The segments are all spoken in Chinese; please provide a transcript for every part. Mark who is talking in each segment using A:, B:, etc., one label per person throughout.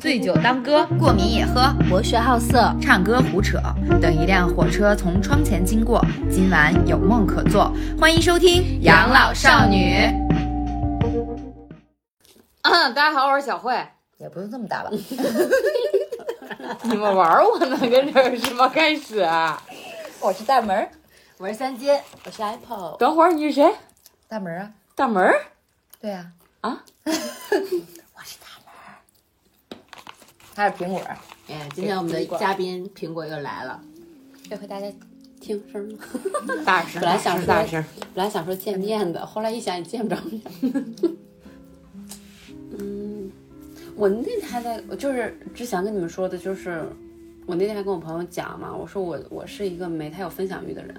A: 醉酒当歌，
B: 过敏也喝，
C: 博学好色，
B: 唱歌胡扯。等一辆火车从窗前经过，今晚有梦可做。欢迎收听《养老少女》。
A: 嗯大家好，我是小慧。
C: 也不用这么打吧。
A: 你们玩我呢，跟这有什么开始啊？
C: 我是大门儿，
B: 我是三金，
C: 我是 Apple。
A: 等会儿你是谁？
C: 大门儿啊，
A: 大门儿？
C: 对啊，
A: 啊？
C: 他是苹果儿。
D: 哎，今天我们的嘉宾苹果又来了，
C: 这回大家
D: 听声吗？
A: 大声，
D: 本来想说
A: 大声。
D: 本来想说
C: 嗯
D: 见面的，后来一想也见不着面。 嗯，我那天还在，我就是之前跟你们说的，就是我那天还跟我朋友讲嘛，我说我我是一个没太有分享欲的人，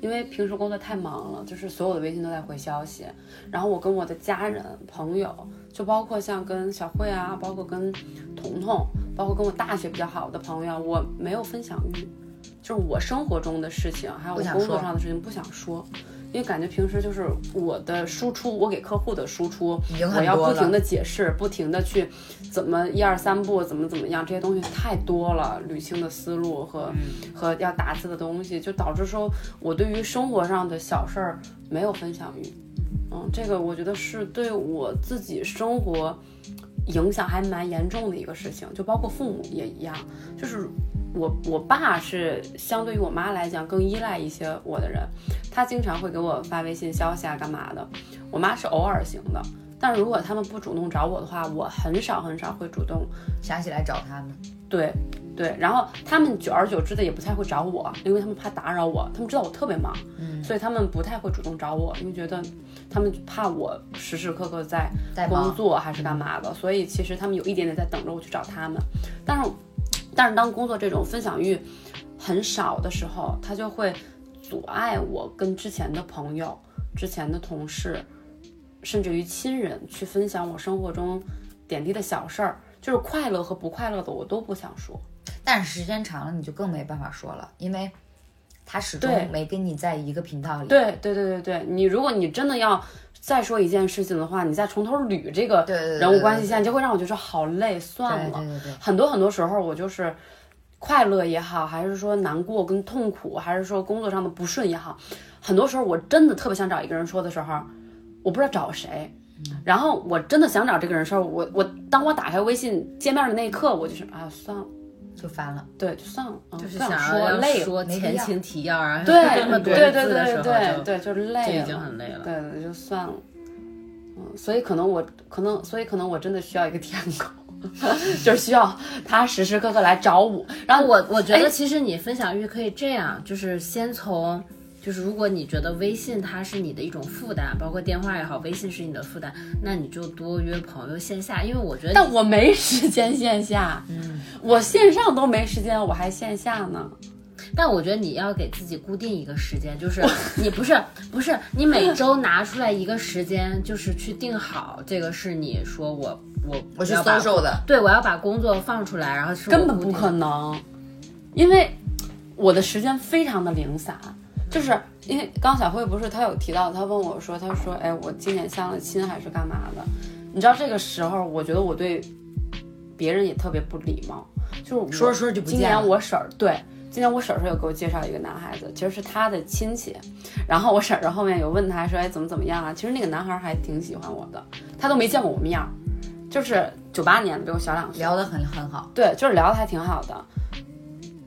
D: 因为平时工作太忙了，就是所有的微信都在回消息，然后我跟我的家人、朋友，就包括像跟小慧啊，包括跟彤彤，包括跟我大学比较好的朋友，我没有分享欲，就是我生活中的事情，还有我
C: 不想
D: 工作
C: 说
D: 上的事情不想说。因为感觉平时就是我的输出，我给客户的输出
C: 已经，很
D: 我要
C: 多
D: 不
C: 了
D: 停的解释，不停的去怎么一二三步，怎么怎么样，这些东西太多了，旅行的思路和、
C: 嗯
D: 和要打字的东西，就导致说我对于生活上的小事儿没有分享欲。嗯，这个我觉得是对我自己生活影响还蛮严重的一个事情，就包括父母也一样，就是。我我爸是相对于我妈来讲更依赖一些我的人，他经常会给我发微信消息啊，干嘛的。我妈是偶尔型的，但如果他们不主动找我的话，我很少很少会主动
C: 想起来找他们，
D: 对对，然后他们久而久之的也不太会找我，因为他们怕打扰我，他们知道我特别忙，所以他们不太会主动找我，因为觉得他们怕我时时刻刻在
C: 在
D: 工
C: 忙嗯
D: 作还是干嘛的，所以其实他们有一点点在等着我去找他们，但是但是当工作这种分享欲很少的时候，它就会阻碍我跟之前的朋友、之前的同事，甚至于亲人去分享我生活中点滴的小事儿，就是快乐和不快乐的我都不想说。
C: 但是时间长了你就更没办法说了，因为他始
D: 对
C: 终没跟你在一个频道里。
D: 对对对对对，你如果你真的要再说一件事情的话，你再从头捋这个
C: 对对对
D: 人物关
C: 对
D: 系线，就会让我觉得好累，算
C: 对
D: 了。
C: 对对对，
D: 很多很多时候，我就是快乐也好，还是说难过跟痛苦，还是说工作上的不顺也好，很多时候我真的特别想找一个人说的时候，我不知道找谁。
E: 嗯
D: 然后我真的想找这个人的时候，我我当我打开微信界面的那一刻，我就是啊算了，
C: 就翻了。
D: 对，就算了，嗯
E: 就是
D: 不
E: 想
D: 想
E: 要
D: 累了，
E: 说
C: 没必
E: 前
C: 要
E: 情提要啊，
D: 对
E: 这么多
D: 对对
E: 字的时候
D: 对对
E: 就
D: 对，就是
E: 就
D: 累
E: 已
D: 了，
E: 经很累了。
D: 对对，就算了。嗯，所以可能我可能，所以可能我真的需要一个舔狗， 就是需要他时时刻刻来找我。然后
E: 我我觉
D: 哎
E: 得其实你分享欲可以这样，就是先从。就是如果你觉得微信它是你的一种负担，包括电话也好，微信是你的负担，那你就多约朋友线下，因为我觉得
D: 但
E: 你
D: 我没时间线下，我线上都没时间，我还线下呢。
E: 但我觉得你要给自己固定一个时间，就是你不是不是你每周拿出来一个时间，就是去定好这个是你说我我
C: 我是
E: 要把
C: social 的，
E: 对我要把工作放出来，然后是我
D: 根本
E: 固
D: 不
E: 定
D: 可能，因为我的时间非常的零散，就是因为刚小慧不是她有提到，她问我说，她说，哎，我今年相了亲还是干嘛的？你知道这个时候，我觉得我对别人也特别不礼貌，就是我
C: 说着说着就不
D: 今
C: 见了
D: 年我婶儿对。今年我婶儿是有给我介绍一个男孩子，其实是她的亲戚，然后我婶儿后面有问她说，哎，怎么怎么样啊？其实那个男孩儿还挺喜欢我的，他都没见过我面儿，就是九八年的，比我小两岁。
C: 聊得很很好，
D: 对，就是聊的还挺好的。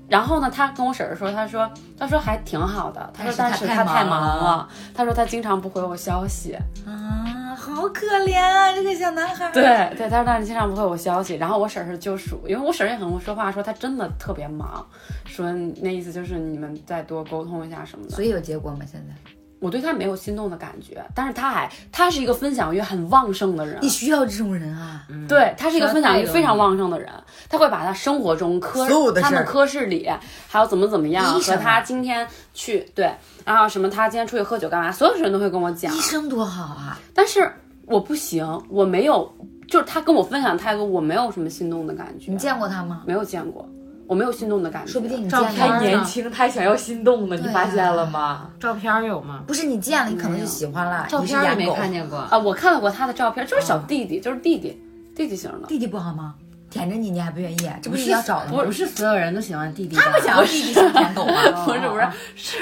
D: 然后呢，他跟我婶儿说，他说，他说还挺好的，他说但
C: 但
D: 是
C: 是
D: 他
C: 他
D: 太
C: 太
D: 忙
C: 忙
D: 了，他说他经常不回我消息，
C: 啊，好可怜啊，这个小男孩。
D: 对对，他说但是经常不回我消息。然后我婶儿是就属，因为我婶儿也很会说话，说他真的特别忙，说那意思就是你们再多沟通一下什么的。
C: 所以有结果吗？现在
D: 我对他没有心动的感觉，但是他还他是一个分享欲很旺盛的人，
C: 你需要这种人啊，
D: 对，他是一个
E: 说
D: 分享
E: 带
D: 欲
E: 有
D: 非常
E: 你
D: 旺盛的人，他会把他生活中科
C: 嗯所有的
D: 他
C: 事
D: 们
C: 儿
D: 科室里，还有怎么怎么样，
C: 医生
D: 和
C: 啊
D: 他今天去对，然后什么他今天出去喝酒干嘛，所有事情都会跟我讲
C: 医。生多好啊！
D: 但是我不行，我没有，就是他跟我分享太多，我没有什么心动的感觉。
C: 你见过他吗？
D: 没有见过，我没有心动的感觉。
C: 说不定你
E: 照
C: 见
E: 片
C: 过
E: 儿。
A: 太年轻，太想要心动了，你
C: 嗯对啊
A: 发现了吗？
D: 照片有吗？
C: 不是你见了，你可能就喜欢了。
E: 照
C: 你是
E: 片也
C: 养
E: 没
C: 狗哦
E: 看见过。
D: 啊，我看到过他的照片，就是小弟弟，就是弟弟，弟弟型的。
C: 弟弟不好吗？舔着你，你还不愿意，这不是你要找的吗？
E: 不是所有人都喜欢弟弟的，
C: 他不想要弟弟想舔狗 吗？
D: 不是不是，是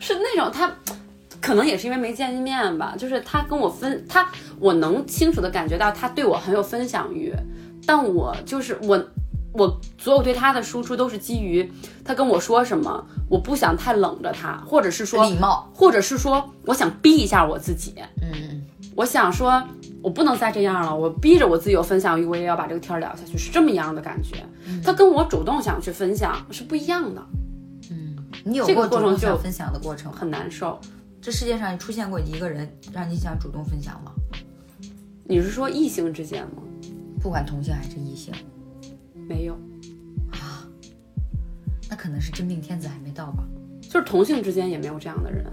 D: 是那种他，可能也是因为没见面吧，就是他跟我分他，我能清楚的感觉到他对我很有分享欲，但我就是我。我所有对他的输出都是基于他跟我说什么，我不想太冷着他，或者是说
C: 礼貌，
D: 或者是说我想逼一下我自己，
C: 嗯，
D: 我想说我不能再这样了，我逼着我自己有分享欲，我也要把这个天儿聊下去，是这么样的感觉。他跟我主动想去分享是不一样的，
C: 你有
D: 这个
C: 过主
D: 过程
C: 动想
D: 就
C: 分享的过程吗？
D: 很难受。
C: 这世界上出现过一个人让你想主动分享吗？
D: 你是说异性之间吗？
C: 不管同性还是异性，
D: 没有，
C: 那可能是真命天子还没到吧。
D: 就是同性之间也没有这样的人。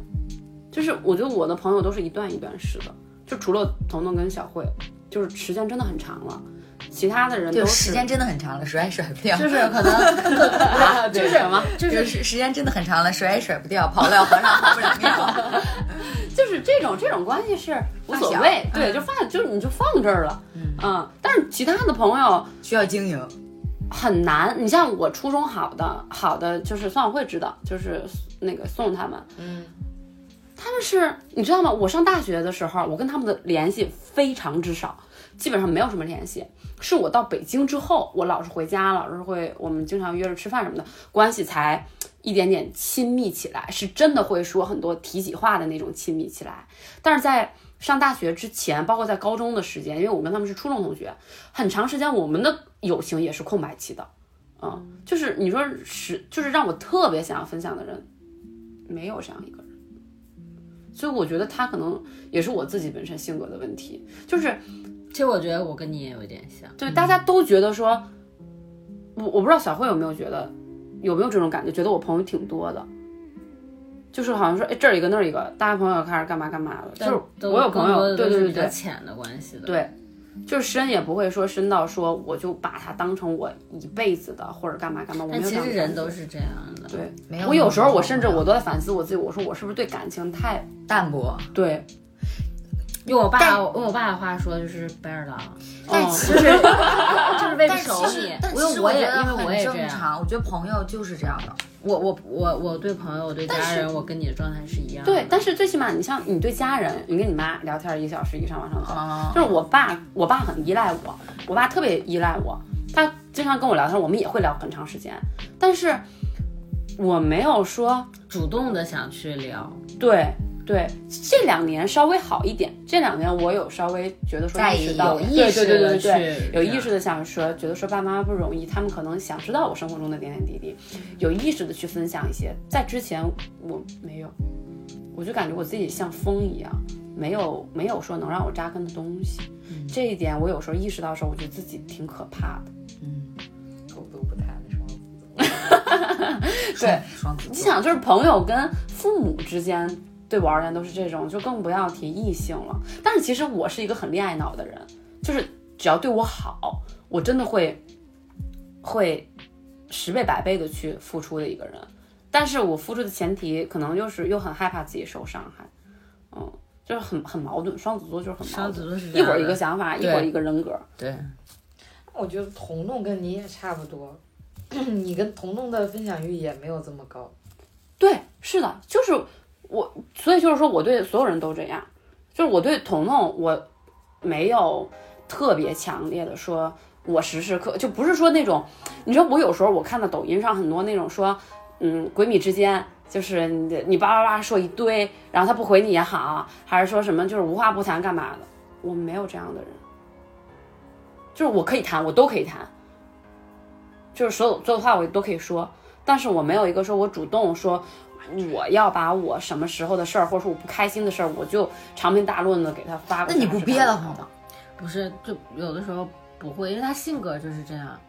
D: 就是我觉得我的朋友都是一段一段式的，就除了彤彤跟小慧，就是时间真的很长了，其他的人
C: 对，
D: 都
C: 时
D: 是
C: 间真的很长了，甩也甩不掉。
E: 就是可能
D: 啊，就是什么，
E: 就
C: 就是是时间真的很长了，甩也甩不掉，跑不了和尚跑不了庙。
D: 就是这种这种关系是无所
C: 放
D: 谓，对，就放就你就放这儿了，嗯，但是其他的朋友
C: 需要经营，
D: 很难。你像我初中好的好的就是算我会知道，就是那个宋他们，嗯，他们是你知道吗？我上大学的时候，我跟他们的联系非常之少，基本上没有什么联系。是我到北京之后，我老是回家，老是会我们经常约着吃饭什么的，关系才一点点亲密起来，是真的会说很多体己话的那种亲密起来。但是在上大学之前，包括在高中的时间，因为我跟他们是初中同学，很长时间我们的友情也是空白期的，嗯，就是你说是，就是让我特别想要分享的人，没有这样一个人，所以我觉得他可能也是我自己本身性格的问题，就是
E: 其实我觉得我跟你也有点像，
D: 对大家都觉得说，我我不知道小慧有没有觉得，有没有这种感觉，觉得我朋友挺多的。就是好像说，哎，这儿一个那儿一个，大家朋友开始干嘛干嘛了。就
E: 但
D: 是
E: 都
D: 我有朋
E: 更多的
D: 友，对
E: 都
D: 对
E: 是
D: 对
E: 比较
D: 对，
E: 浅的关系的，
D: 对就是深也不会说深到说我就把它当成我一辈子的或者干嘛干嘛。我没
E: 但
D: 有
E: 其
D: 这样
E: 实
D: 的
E: 人
D: 感觉
E: 都是这样的，
D: 对
C: 没有
D: 我有时候我甚至我都在反思我自己，我说我是不是对感情太
C: 淡薄。
D: 对，
E: 用我爸
C: 但
E: 用我爸的话说就是白眼狼，
C: 但
D: 嗯
C: 其
E: 就
C: 实，
E: 是就是为了
C: 但其
E: 熟
C: 实
E: 你，
C: 但
E: 因
C: 其
E: 为
C: 实
E: 我
C: 觉
E: 也
C: 得
E: 因为我也
C: 很
E: 这
C: 正
E: 样，
C: 常。我觉得朋友就是这样的。
E: 我我我我对朋友我对家人我跟你的状态是一样的，
D: 对，但是最起码你像你对家人，你跟你妈聊天一个小时以上往上
E: 哦
D: 走，
A: 嗯
C: 啊
D: 就是我爸，我爸很依赖我，我爸特别依赖我，他经常跟我聊天，我们也会聊很长时间，但是我没有说
E: 主动的想去聊，
D: 对。对，这两年稍微好一点。这两年我有稍微觉得说
C: 在
D: 意识
C: 意
D: 到
C: 有
D: 了，
E: 意
D: 对
E: 识
D: 对对
E: 地
D: 对对
E: 去这
D: 有意
E: 样
D: 识的想说，觉得说爸妈不容易，他们可能想知道我生活中的点点滴滴，有意识的去分享一些。在之前我没有，我就感觉我自己像风一样，没有没有说能让我扎根的东西。
E: 嗯
D: 这一点我有时候意识到的时候，我觉得自己挺可怕的。
C: 我都不谈的时候，
D: 对，
C: 双子
D: 你
C: 座。
D: 想，就是朋友跟父母之间对我而言都是这种，就更不要提异性了。但是其实我是一个很恋爱脑的人，就是只要对我好，我真的会会十倍百倍的去付出的一个人。但是我付出的前提，可能又是又很害怕自己受伤害，嗯，就是很很矛盾。双子座就是很矛
E: 双子
D: 盾，
E: 座是这
D: 一
E: 样
D: 会
E: 的
D: 儿一个想法，一会儿一个人格。
C: 对，
A: 我觉得彤彤跟你也差不多， 你跟彤彤的分享欲也没有这么高。
D: 对，是的，就是我，所以就是说，我对所有人都这样，就是我对彤彤，我没有特别强烈的说，我时时刻就不是说那种，你知道，我有时候我看到抖音上很多那种说，嗯，闺蜜之间。就是你的你叭叭叭说一堆，然后他不回你也好，还是说什么就是无话不谈干嘛的，我没有这样的人，就是我可以谈，我都可以谈，就是所有所有话我都可以说，但是我没有一个说我主动说我要把我什么时候的事儿，或者说我不开心的事儿，我就长篇大论的给他发
C: 那
D: 过去。
C: 你不憋得慌吗？
E: 不是就有的时候不会，因为他性格就是这样，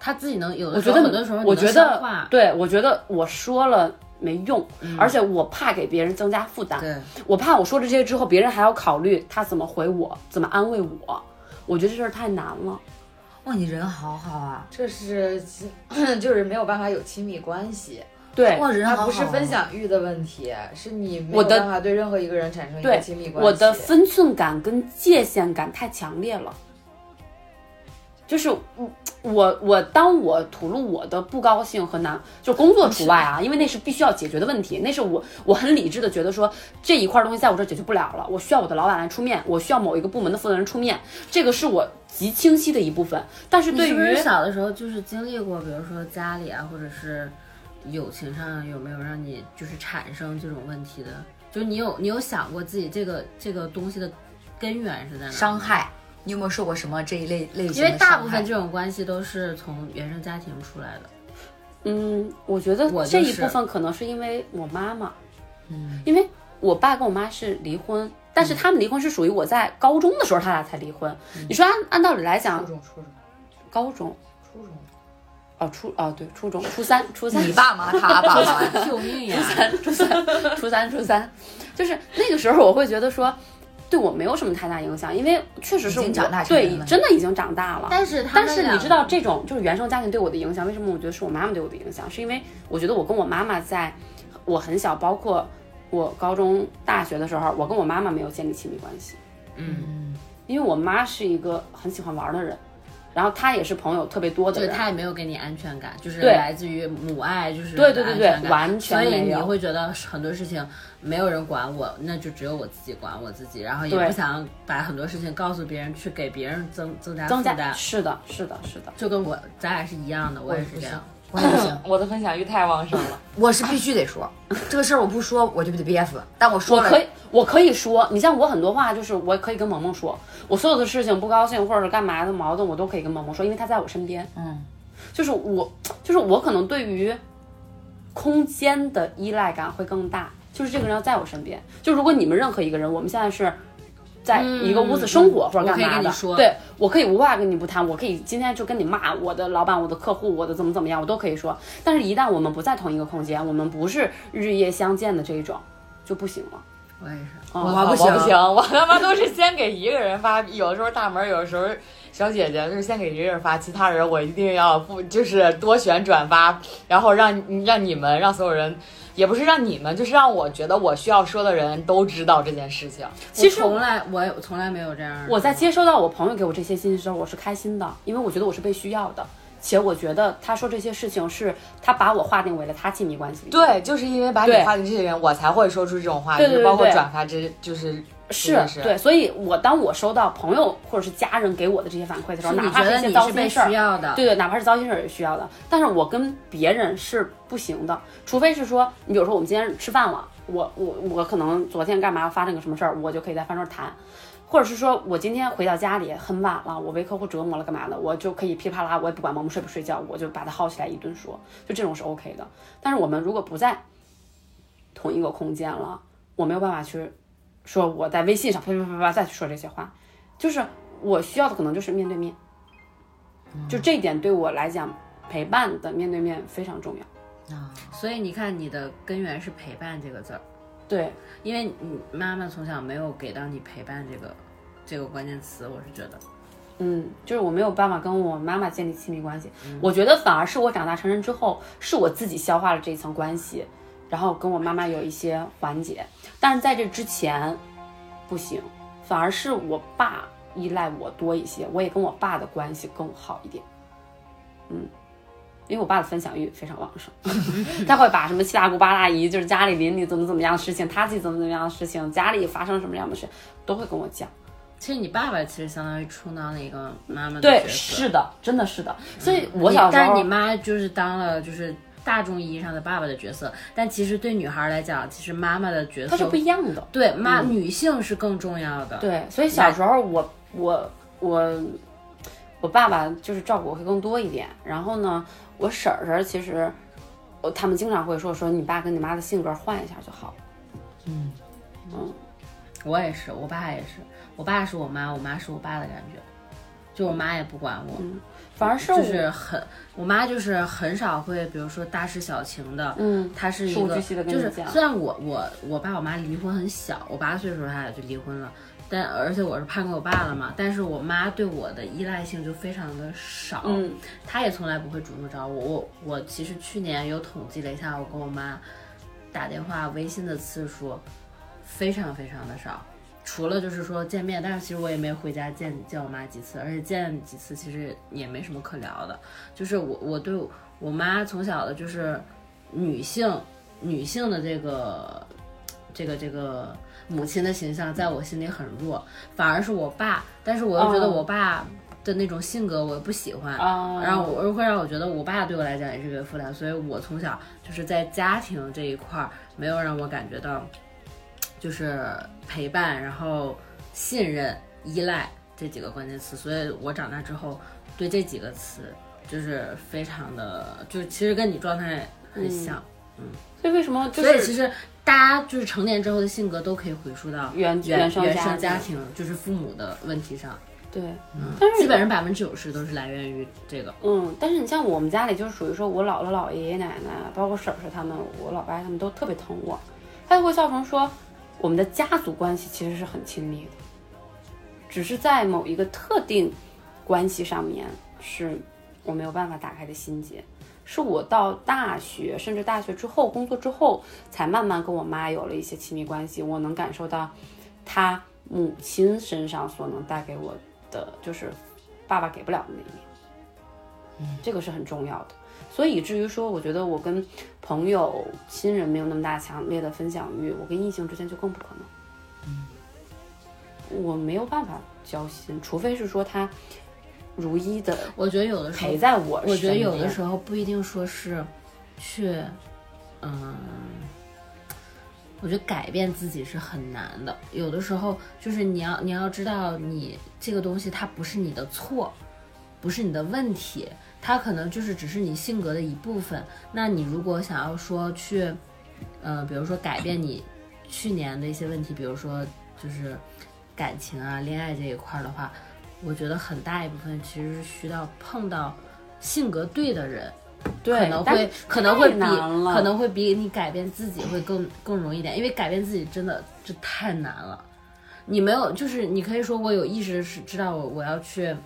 E: 他自己能有
D: 我
E: 的时
D: 觉
E: 候
D: 得
E: 很多时候你能
D: 我觉
E: 消
D: 得
E: 化，
D: 对，我觉得我说了没用，而且我怕给别人增加负担，
E: 对
D: 我怕我说这些之后，别人还要考虑他怎么回我，怎么安慰我。我觉得这事儿太难了，
C: 哇，你人好好啊！
A: 这是 就是没有办法有亲密关系，
E: 哎
D: 对
C: 哇，人好好
A: 它
C: 啊
A: 不是分享欲的问题，是你没
D: 我
A: 有
D: 的
A: 办法对任何一个人产生一个
D: 对
A: 亲密关系。
D: 我的分寸感跟界限感太强烈了，就是我我我当我吐露我的不高兴和难，就工作除外啊，因为那是必须要解决的问题，那是我我很理智的觉得说这一块东西在我这儿解决不了了，我需要我的老板来出面，我需要某一个部门的负责人出面，这个是我极清晰的一部分。但是
E: 你
D: 对于
E: 是不是小的时候就是经历过，比如说家里啊，或者是友情上有没有让你就是产生这种问题的？就是你有你有想过自己这个这个东西的根源是在哪？
C: 伤害，你有没有受过什么这一类类型的
E: 因为大
C: 伤
E: 部分
C: 害
E: 这种关系都是从原生家庭出来的。
D: 嗯，我觉得
E: 我就
D: 这一
E: 是
D: 部分可能是因为我妈妈，嗯，因为我爸跟我妈是离婚，但是他们离婚是属于我在高中的时候他俩才离婚。
C: 嗯
D: 你说按按道理来
A: 初
D: 讲，
A: 中初中
D: 高中
A: 初中，
D: 哦初哦对初中初 三初三
C: 你爸妈他爸妈，
E: 救命 呀！
D: 初三初三初三，就是那个时候我会觉得说。对我没有什么太大影响，因为确实是
C: 已经
D: 我
C: 长大成
D: 对
C: 人了
D: 真的已经长大了。
E: 但是他
D: 但
E: 们
D: 是你
E: 俩
D: 知道这种就是原生家庭对我的影响，为什么我觉得是我妈妈对我的影响？是因为我觉得我跟我妈妈在我很小，包括我高中、大学的时候，我跟我妈妈没有建立亲密关系。
E: 嗯，
D: 因为我妈是一个很喜欢玩的人，然后她也是朋友特别多的
E: 对
D: 人。
E: 他也没有给你安全感，就是
D: 对
E: 来自于母爱，就是
D: 对对对对
E: 安全感
D: 完全
E: 所以
D: 没
E: 你
D: 有
E: 会觉得很多事情没有人管我，那就只有我自己管我自己，然后也
D: 对
E: 不想把很多事情告诉别人，去给别人增增加
D: 增
E: 负
D: 加
E: 担，
D: 是的，是的，是的。
E: 就跟我咱俩是一样的，我也是这样。
C: 我也不行，
D: 我的分享欲太旺盛了，
C: 我是必须得说这个事儿，我不说我就得憋死，但我
D: 我
C: 说了
D: 可以，我可以说，你像我很多话，就是我可以跟萌萌说，我所有的事情不高兴或者是干嘛的矛盾，我都可以跟萌萌说，因为她在我身边。
C: 嗯，
D: 就是我，就是我可能对于空间的依赖感会更大，就是这个人要在我身边。就如果你们任何一个人，我们现在是。在一个屋子生活、
E: 嗯
D: 或者干
E: 我可以
D: 嘛
E: 跟
D: 的
E: 你，说
D: 对我可以无话跟你不谈，我可以今天就跟你骂我的老板、我的客户、我的怎么怎么样，我都可以说。但是，一旦我们不在同一个空间，我们不是日夜相见的这一种，就不行了。
E: 我也是，
D: 嗯
C: 我不
A: 不
C: 行
A: 行，我他妈都是先给一个人发，有的时候大门，有的时候小姐姐，就是先给一个人发，其他人我一定要不就是多选转发，然后让让你们让所有人，也不是让你们，就是让我觉得我需要说的人都知道这件事情。
D: 其
E: 我
D: 实
E: 从来我也从来没有这样的。
D: 我在接收到我朋友给我这些信息的时候，我是开心的，因为我觉得我是被需要的，且我觉得他说这些事情是他把我划定为了他亲密关系里。，
A: 对，就是因为把你
D: 对
A: 发给这些人，我才会说出这种话，
D: 对
A: 就是
D: 对
A: 包括
D: 对
A: 转发这，就是
D: 是
A: 真的是
D: 对，所以我当我收到朋友或者是家人给我的这些反馈的时候，
E: 你
D: 哪
E: 觉
D: 怕
E: 得
D: 一些
E: 你
D: 糟
E: 是
D: 心
E: 被
D: 事儿
E: 需，要的，
D: 对对，哪怕是糟心事儿也需要的，但是我跟别人是不行的，除非是说，你比如说我们今天吃饭了，我我我可能昨天干嘛发生个什么事儿，我就可以在饭桌上谈，或者是说我今天回到家里很晚了，我为客户折磨了干嘛的，我就可以噼啪啦，我也不管萌萌睡不睡觉，我就把他薅起来一顿说，就这种是 OK 的。但是我们如果不在同一个空间了，我没有办法去说我在微信上啪啪啪啪啪再去说这些话，就是我需要的可能就是面对面。就这一点对我来讲，陪伴的面对面非常重要。
E: 所以你看你的根源是陪伴这个字儿，
D: 对，
E: 因为你妈妈从小没有给到你陪伴这个这个关键词，我是觉得。
D: 嗯，就是我没有办法跟我妈妈建立亲密关系，我觉得反而是我长大成人之后，是我自己消化了这一层关系，然后跟我妈妈有一些缓解，但是在这之前不行，反而是我爸依赖我多一些，我也跟我爸的关系更好一点，嗯。因为我爸的分享欲非常旺盛， 他会把什么七大姑八大姨，就是家里邻里怎么怎么样的事情，他自己怎么怎么样的事情，家里发生什么样的事，都会跟我讲。
E: 其实你爸爸其实相当于充当了一个妈妈的
D: 对
E: 角，色
D: 是的，真的是的。所以我
E: 你
D: 小时候，
E: 但是你妈就是当了就是大众意义上的爸爸的角色，但其实对女孩来讲，其实妈妈的角
D: 它
E: 色
D: 是不一样的。嗯
E: 对妈、女性是更重要的。，
D: 对，所以小时候我我我我爸爸就是照顾我会更多一点。然后呢，我婶儿婶儿其实，呃他们经常会说说你爸跟你妈的性格换一下就好嗯了。
E: 嗯我也是，我爸也是，我爸是我妈，我妈是我爸的感觉，就我妈也不管
D: 嗯
E: 我，
D: 反而是我、
E: 就是很我妈就是很少会比如说大事小情的，
D: 嗯，
E: 他是一
D: 事无
E: 个，
D: 巨细地跟
E: 就
D: 你
E: 是
D: 讲
E: 虽然我我我爸我妈离婚很小，我八岁的时候他俩就离婚了，但而且我是判给我爸了嘛，但是我妈对我的依赖性就非常的少，
D: 嗯，
E: 她也从来不会主动找我。我我其实去年有统计了一下，我跟我妈打电话、微信的次数非常非常的少，除了就是说见面，但是其实我也没回家见见我妈几次，而且见几次其实也没什么可聊的。就是我我对我妈从小的就是女性女性的这个这个这个母亲的形象，在我心里很弱，反而是我爸，但是我又觉得
D: 哦
E: 我爸的那种性格我又不喜欢，
D: 啊
E: 然后我又会让我觉得我爸对我来讲也是个负担，所以我从小就是在家庭这一块儿没有让我感觉到就是陪伴，然后信任、依赖这几个关键词，所以我长大之后对这几个词就是非常的，就其实跟你状态很像，
D: 所以为什么嗯就
E: 所以其
D: 是
E: 实大家就是成年之后的性格都可以回溯到
D: 嗯原
E: 原
D: 生
E: 原
D: 家
E: 生家
D: 庭
E: 庭，就是父母的问题上，
D: 对，但是
E: 基本上百分之九十都是来源于这个。
D: 嗯，但是你像我们家里，就是属于说我姥姥、姥爷、爷爷奶奶，包括婶婶他们，我老爸他们都特别疼我，他就会造成说，我们的家族关系其实是很亲密的，只是在某一个特定关系上面，是我没有办法打开的心结，是我到大学，甚至大学之后工作之后，才慢慢跟我妈有了一些亲密关系，我能感受到她母亲身上所能带给我的，就是爸爸给不了的那一面。这个是很重要的。所以以至于说，我觉得我跟朋友、亲人没有那么大强烈的分享欲，我跟异性之间就更不可能。
E: 嗯
D: 我没有办法交心，除非是说他如一的
E: 我觉得有的时候
D: 陪在我身边。
E: 我觉得有的时候不一定说是去，嗯，我觉得改变自己是很难的。有的时候就是你要你要知道你，这个东西它不是你的错，不是你的问题，它可能就是只是你性格的一部分。那你如果想要说去，呃，比如说改变你去年的一些问题，比如说就是感情啊、恋爱这一块儿的话，我觉得很大一部分其实是需要碰到性格对的人，
D: 对，
E: 可能
D: 但
E: 会可能会
D: 太
E: 比
D: 难了
E: 可能会比你改变自己会更更容易一点，因为改变自己真的这太难了。你没有，就是你可以说我有意识是知道我我要去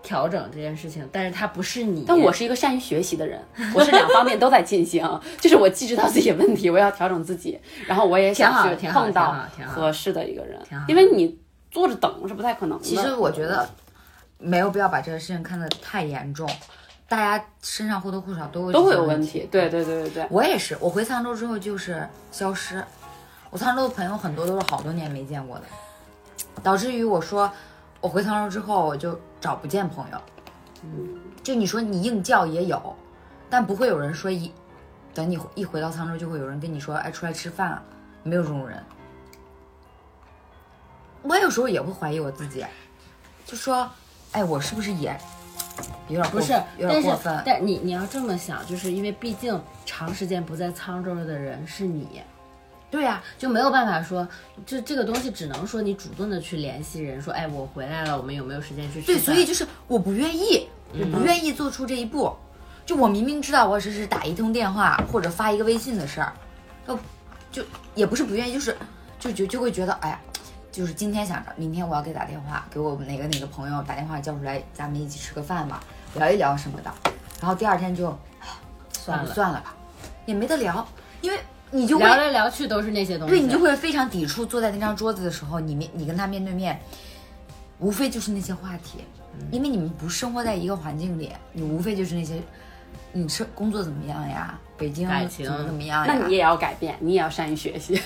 E: 调整这件事情，但是它不是你。
D: 但我是一个善于学习 的人，我是两方面都在进行，就是我既知道自己的问题，我要调整自己，然后我也
E: 挺好
D: 想去
E: 挺好
D: 碰到
E: 挺好挺好
D: 合适的一个人
E: 挺好，
D: 因为你坐着等是不太可能的。
C: 其实我觉得没有必要把这个事情看得太严重，大家身上或多或少都会
D: 都会
C: 这
D: 有
C: 些
D: 问
C: 问
D: 题，对对对对对。
C: 我也是，我回沧州之后就是消失，我沧州的朋友很多都是好多年没见过的，导致于我说我回沧州之后我就找不见朋友，嗯，就你说你硬叫也有，但不会有人说一等你一回到沧州就会有人跟你说哎出来吃饭啊，没有这种人。我有时候也会怀疑我自己，啊就说哎我是不是也有点过
E: 不是，
C: 有
E: 但
C: 点
E: 是
C: 过分？
E: 但你你要这么想，就是因为毕竟长时间不在沧州的人是你，
C: 对啊呀、
E: 就没有办法说，就这个东西只能说你主动的去联系人，说哎我回来了，我们有没有时间去吃
C: 对，
E: 饭
C: 所以就是我不愿意，我
E: 嗯
C: 不愿意做出这一步。就我明明知道我只是打一通电话或者发一个微信的事儿，呃，就也不是不愿意，就是就就就会觉得，哎呀，就是今天想着明天我要给打电话，给我们哪个哪个朋友打电话叫出来，咱们一起吃个饭吧，聊一聊什么的。然后第二天就
E: 算了，
C: 算了吧，也没得聊，因为你就会
E: 聊来聊去都是那些东西，啊
C: 对你就会非常抵触坐在那张桌子的时候，你面你跟他面对面，无非就是那些话题，
E: 嗯
C: 因为你们不生活在一个环境里，你无非就是那些，你是工作怎么样呀？北京
E: 感情
C: 怎么怎么哎样呀？
D: 那你也要改变，你也要善于学 习，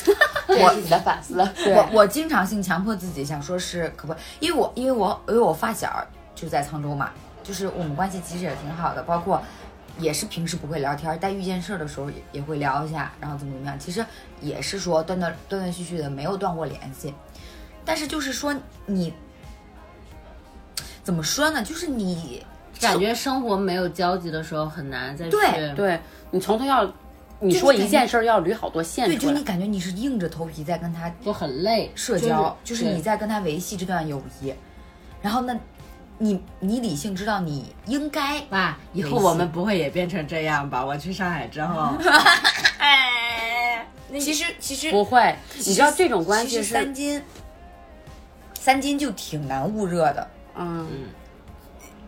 C: 我
D: 我自己的反思。对
C: 我我经常性强迫自己想说是可不，因为我因为我因为我发小就在沧州嘛，就是我们关系其实也挺好的，包括也是平时不会聊天，但遇见事儿的时候也也会聊一下，然后怎么怎么样，其实也是说断断断断续续的没有断过联系，但是就是说你怎么说呢？就是你
E: 感觉生活没有交集的时候很难再去
C: 对
D: 对你从头要，你
C: 就是
D: 说
C: 感
D: 一
C: 觉
D: 件事儿要捋好多线
C: 对，
D: 出
C: 就
D: 来
C: 你。感觉你是硬着头皮在跟他
E: 就很累，
C: 社交，就
E: 就是
C: 你在跟他维系这段友谊，然后呢，你你理性知道你应该
E: 爸，以后
C: 维系
E: 我们不会也变成这样吧？我去上海之后，
C: 其实其实
D: 哎不会，你知道这种关
C: 其
D: 系
C: 实三
D: 是，
C: 金，三金就挺难捂热的。
D: 嗯，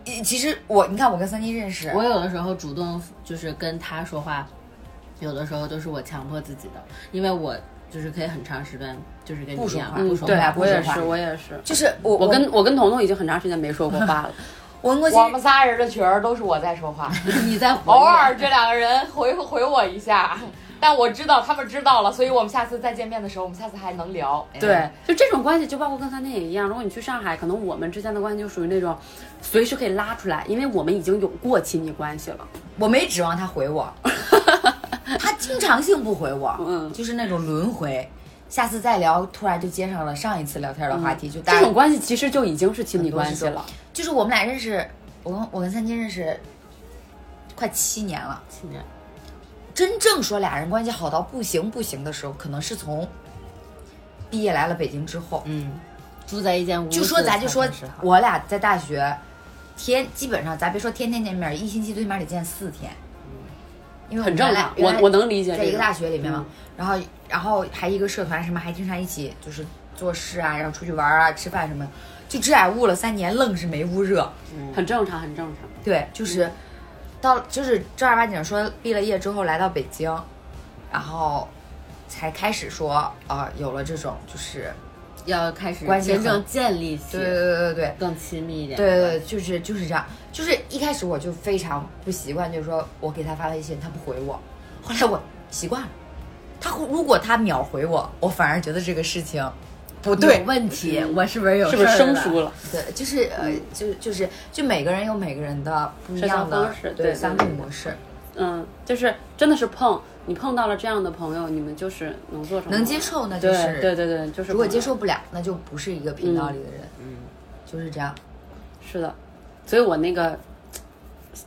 C: 呃其实我你看我跟三金认识，
E: 我有的时候主动就是跟他说话，有的时候都是我强迫自己的，因为我就是可以很长时间，就是跟你
C: 不
E: 一
C: 说
E: 样
C: 话
D: 嗯，
C: 说
D: 对
C: 话，不
D: 我也
C: 说话
D: 是，我也是。
C: 就是我
D: 我跟我跟彤彤已经很长时间没说过 话了，
C: 我跟郭
A: 我
C: 晶
A: 们仨人的群儿都是我在 说话，
E: 你在
A: 偶尔这两个人回回我一下，但我知道他们知道了，所以我们下次再见面的时候，我们下次还能聊。
D: 对，就这种关系，就包括跟三天也一样。如果你去上海，可能我们之间的关系就属于那种随时可以拉出来，因为我们已经有过亲密关系了。
C: 我没指望他回 我，他经常性不回我，
D: 嗯
C: 就是那种轮回。下次再聊，突然就接上了上一次聊天的话题，就大
D: 嗯这
C: 家
D: 种关系其实就已经是亲密关系了。
C: 就是我们俩认识，我跟我跟三金认识快七年了，
E: 七年，
C: 真正说俩人关系好到不行不行的时候，可能是从毕业来了北京之后，
E: 嗯，住在一间屋子
C: 就说咱就说
E: 才是好
C: 我俩在大学天基本上咱别说天天见面，一星期最起码得见四天，因为我
D: 很
C: 们
D: 正
C: 原来
D: 常，
C: 原
D: 我
C: 来
D: 我能理解。
C: 在一个大学里面嘛
D: 嗯，
C: 然后然后还一个社团什么，还经常一起就是做事啊，然后出去玩啊、吃饭什么，就这俩捂了三年，愣嗯是没捂热。
D: 很正常，很正常。
C: 对，就是到就是正儿八经说毕了业之后来到北京，然后才开始说啊、有了这种就是
E: 要开始
C: 关系
E: 真
C: 很
E: 正建立起
C: 对对对对对。
E: 更亲密一点，
C: 对对对，就是就是这样，就是一开始我就非常不习惯，就是说我给他发微信，他不回我，后来我习惯了，他会如果他秒回我，我反而觉得这个事情不对
E: 有，问题，我是不是有
D: 是不是
E: 事儿
D: 生
E: 了
D: 疏了？
C: 对，就是呃，就就是就每个人有每个人的不一
D: 嗯社交
C: 样的
D: 方式对
C: 对
D: 对
C: 相处
D: 对
C: 模式，
D: 嗯，就是真的是碰你碰到了这样的朋友，你们就是能做成
C: 能接。受那就
D: 对
C: 是
D: 对对对，就是
C: 如果
D: 朋友
C: 接受不了，那就不是一个频道里的人，
E: 嗯，
C: 就是这样。
D: 是的，所以我那个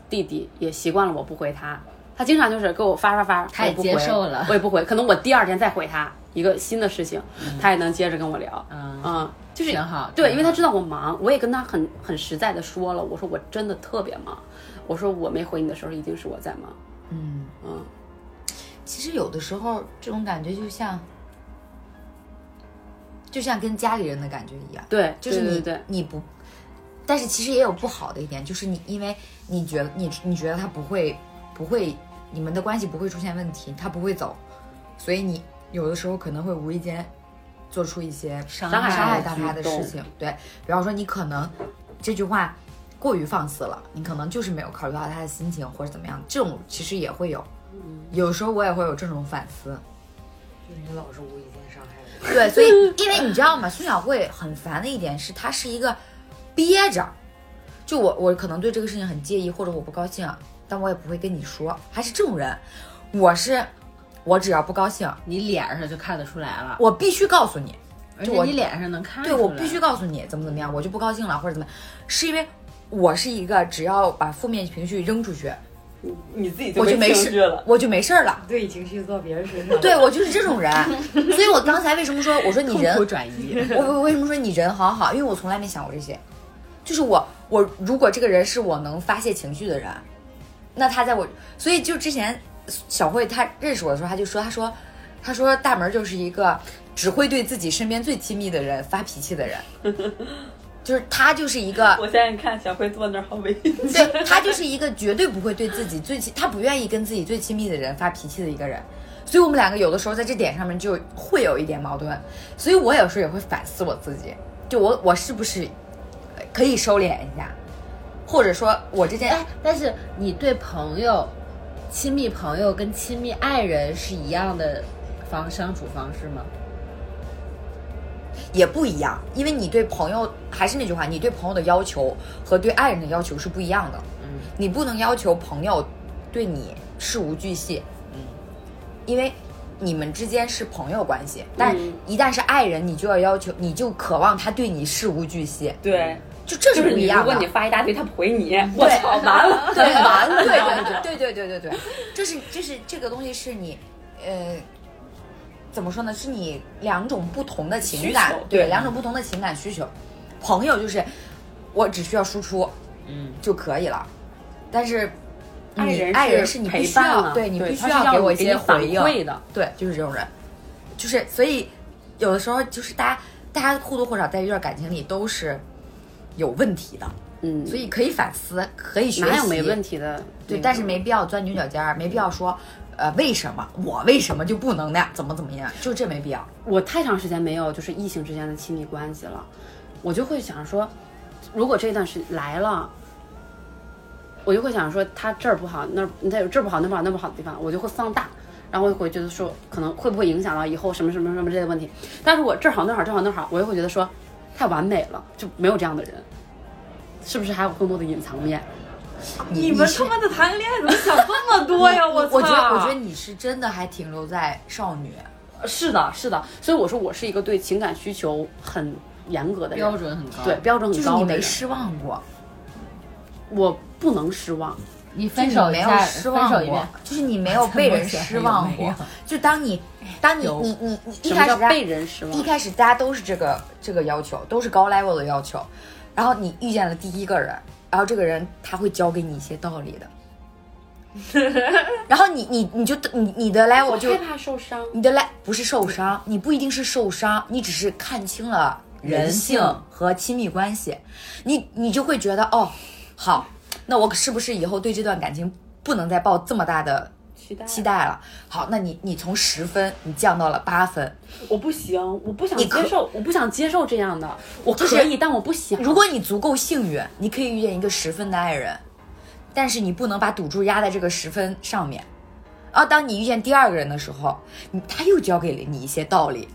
D: 弟弟也习惯了我不回他，他经常就是给我发发发，
E: 他也
D: 我不回
E: 接受了
D: 我也不回，可能我第二天再回他一个新的事情，
C: 嗯
D: 他也能接着跟我聊，
E: 嗯
D: 嗯，就是
E: 挺好
D: 对，
E: 挺
D: 因为他知道我忙，我也跟他很很实在的说了，我说我真的特别忙，我说我没回你的时候一定是我在忙，
C: 嗯，
D: 嗯，
C: 其实有的时候这种感觉就像，就像跟家里人的感觉一样，
D: 对，
C: 就是
D: 对
C: 你
D: 对对，
C: 你不，但是其实也有不好的一点，就是你因为你觉得你你觉得他不会不会，你们的关系不会出现问题，他不会走，所以你有的时候可能会无意间做出一些
E: 伤
D: 害
C: 伤害
E: 害
C: 到
D: 举
C: 他的事
D: 动
C: 情。对，比方说你可能这句话过于放肆了，你可能就是没有考虑到他的心情或者怎么样，这种其实也会有。
D: 嗯
C: 有时候我也会有这种反思。
B: 你老是无意间伤害我。
C: 对，所以因为你知道吗？孙晓慧很烦的一点是，她是一个憋着。就我，我可能对这个事情很介意，或者我不高兴，但我也不会跟你说。还是这种人，我是我只要不高兴，
E: 你脸上就看得出来了，
C: 我必须告诉你。
E: 而
C: 就
E: 且
C: 我
E: 你脸上能看出
C: 对
E: 来，
C: 我必 须告诉你怎么怎么样，我就不高兴了或者怎么样，是因为我是一个只要把负面情绪扔出去，
A: 你自己
C: 我就没事，我就没事儿了。
A: 对情绪做别人身上了，
C: 对我就是这种人，所以我刚才为什么说我说你人
E: 痛苦转移，
C: 我 我为什么说你人好好？因为我从来没想过这些，就是我我如果这个人是我能发泄情绪的人，那他在我所以就之前小慧她认识我的时候，她就说她说她说大门就是一个只会对自己身边最亲密的人发脾气的人， 就是他就是一个
F: 我现在看小辉坐那儿好委 屈。
C: 对他就是一个绝对不会对自己最亲，他不愿意跟自己最亲密的人发脾气的一个人，所以我们两个有的时候在这点上面就会有一点矛盾，所以我有时候也会反思我自己，就我我是不是呃可以收敛一下，或者说我这件
E: 哎， 但是你对朋友、亲密朋友跟亲密爱人是一样的方相处方式吗？
C: 也不一样，因为你对朋友还是那句话，你对朋友的要求和对爱人的要求是不一样的，
E: 嗯
C: 你不能要求朋友对你事无巨细，
E: 嗯，
C: 因为你们之间是朋友关系，但
D: 嗯
C: 一旦是爱人，你就要要求，你就渴望他对你事无巨细，
F: 对，
C: 就这
F: 就是是
C: 不
F: 你，
C: 一
F: 如
C: 样
F: 果
C: 的。
F: 你发一大堆，他不回你， 我
C: 对
F: 操，完了，
C: 对完了，对对对对对对对对，这是这是这个东西是你，呃，怎么说呢？是你两种不同的情感
F: 需求，
C: 对
F: 对
C: 两种不同的情感需求。朋友就是我只需要输出，
E: 嗯，
C: 就可以了，但是你。
D: 爱人
C: 爱人
D: 是
C: 是你必
D: 陪
C: 须
D: 伴啊
C: 要
D: 了
C: 对你
D: 对
C: 必
D: 他
C: 须
D: 是要
C: 给
D: 你
C: 我一
D: 给
C: 些
D: 你反
C: 回应
D: 馈的，
C: 对，就是这种人，就是所以有的时候就是大家大家或多或少在一段感情里都是有问题的，
D: 嗯，
C: 所以可以反思，可以学习，
D: 哪有没问题的？
C: 对，
D: 那
C: 但
D: 个
C: 是没必要钻牛角尖儿，没必要说，呃，为什么我为什么就不能呢？怎么怎么样？就这没必要。
D: 我太长时间没有就是异性之间的亲密关系了，我就会想说，如果这段时来了，我就会想说他这儿不好，那儿他有这儿不好，那儿不好，那儿不好的地方，我就会放大，然后我就会觉得说可能会不会影响到以后什么什么什么这些问题。但是我这儿好那儿好这儿好那儿好，我就会觉得说太完美了，就没有这样的人，是不是还有更多的隐藏面？
F: 你们他妈的谈恋爱怎么想这 么多呀？
C: 我
F: 我
C: 觉得，我觉得
F: 得
C: 你是真的还停留在少女。
D: 是的，是的，所以我说我是一个对情感需求很严格的人，
E: 标准很高。
D: 对，标准
C: 就
D: 很
C: 是
D: 高
C: 你
D: 的
C: 没
D: 人
C: 失望过，
D: 我不能失望。
E: 你分手
C: 没
E: 一
C: 有
E: 下，
C: 失
E: 分手
C: 望
E: 一
C: 过
E: 遍，，
C: 就是你没有被人失望
E: 有
C: 过。就当你，当你，你你你一
D: 什么
C: 开
D: 叫
C: 始大
D: 被人失望
C: 一？开始大家都是这个这个要求，都是高 level 的要求，然后你遇见了第一个人，然后这个人他会教给你一些道理的， 然后你你你就你你的 level 就
D: 害怕受伤。
C: 你的 level 不是受伤，你不一定是受伤，你只是看清了人性和亲密关系，你你就会觉得哦，好，那我是不是以后对这段感情不能再抱这么大的
F: 期待
C: 期待了？好，那你你从十分你降到了八分。
D: 我不行，我不想
C: 你可
D: 接受，我不想接受这样的。我
C: 就是
D: 可以，但我不想。
C: 如果你足够幸运，你可以遇见一个十分的爱人，但是你不能把赌注压在这个十分上面。然后当你遇见第二个人的时候，你他又教给了你一些道理。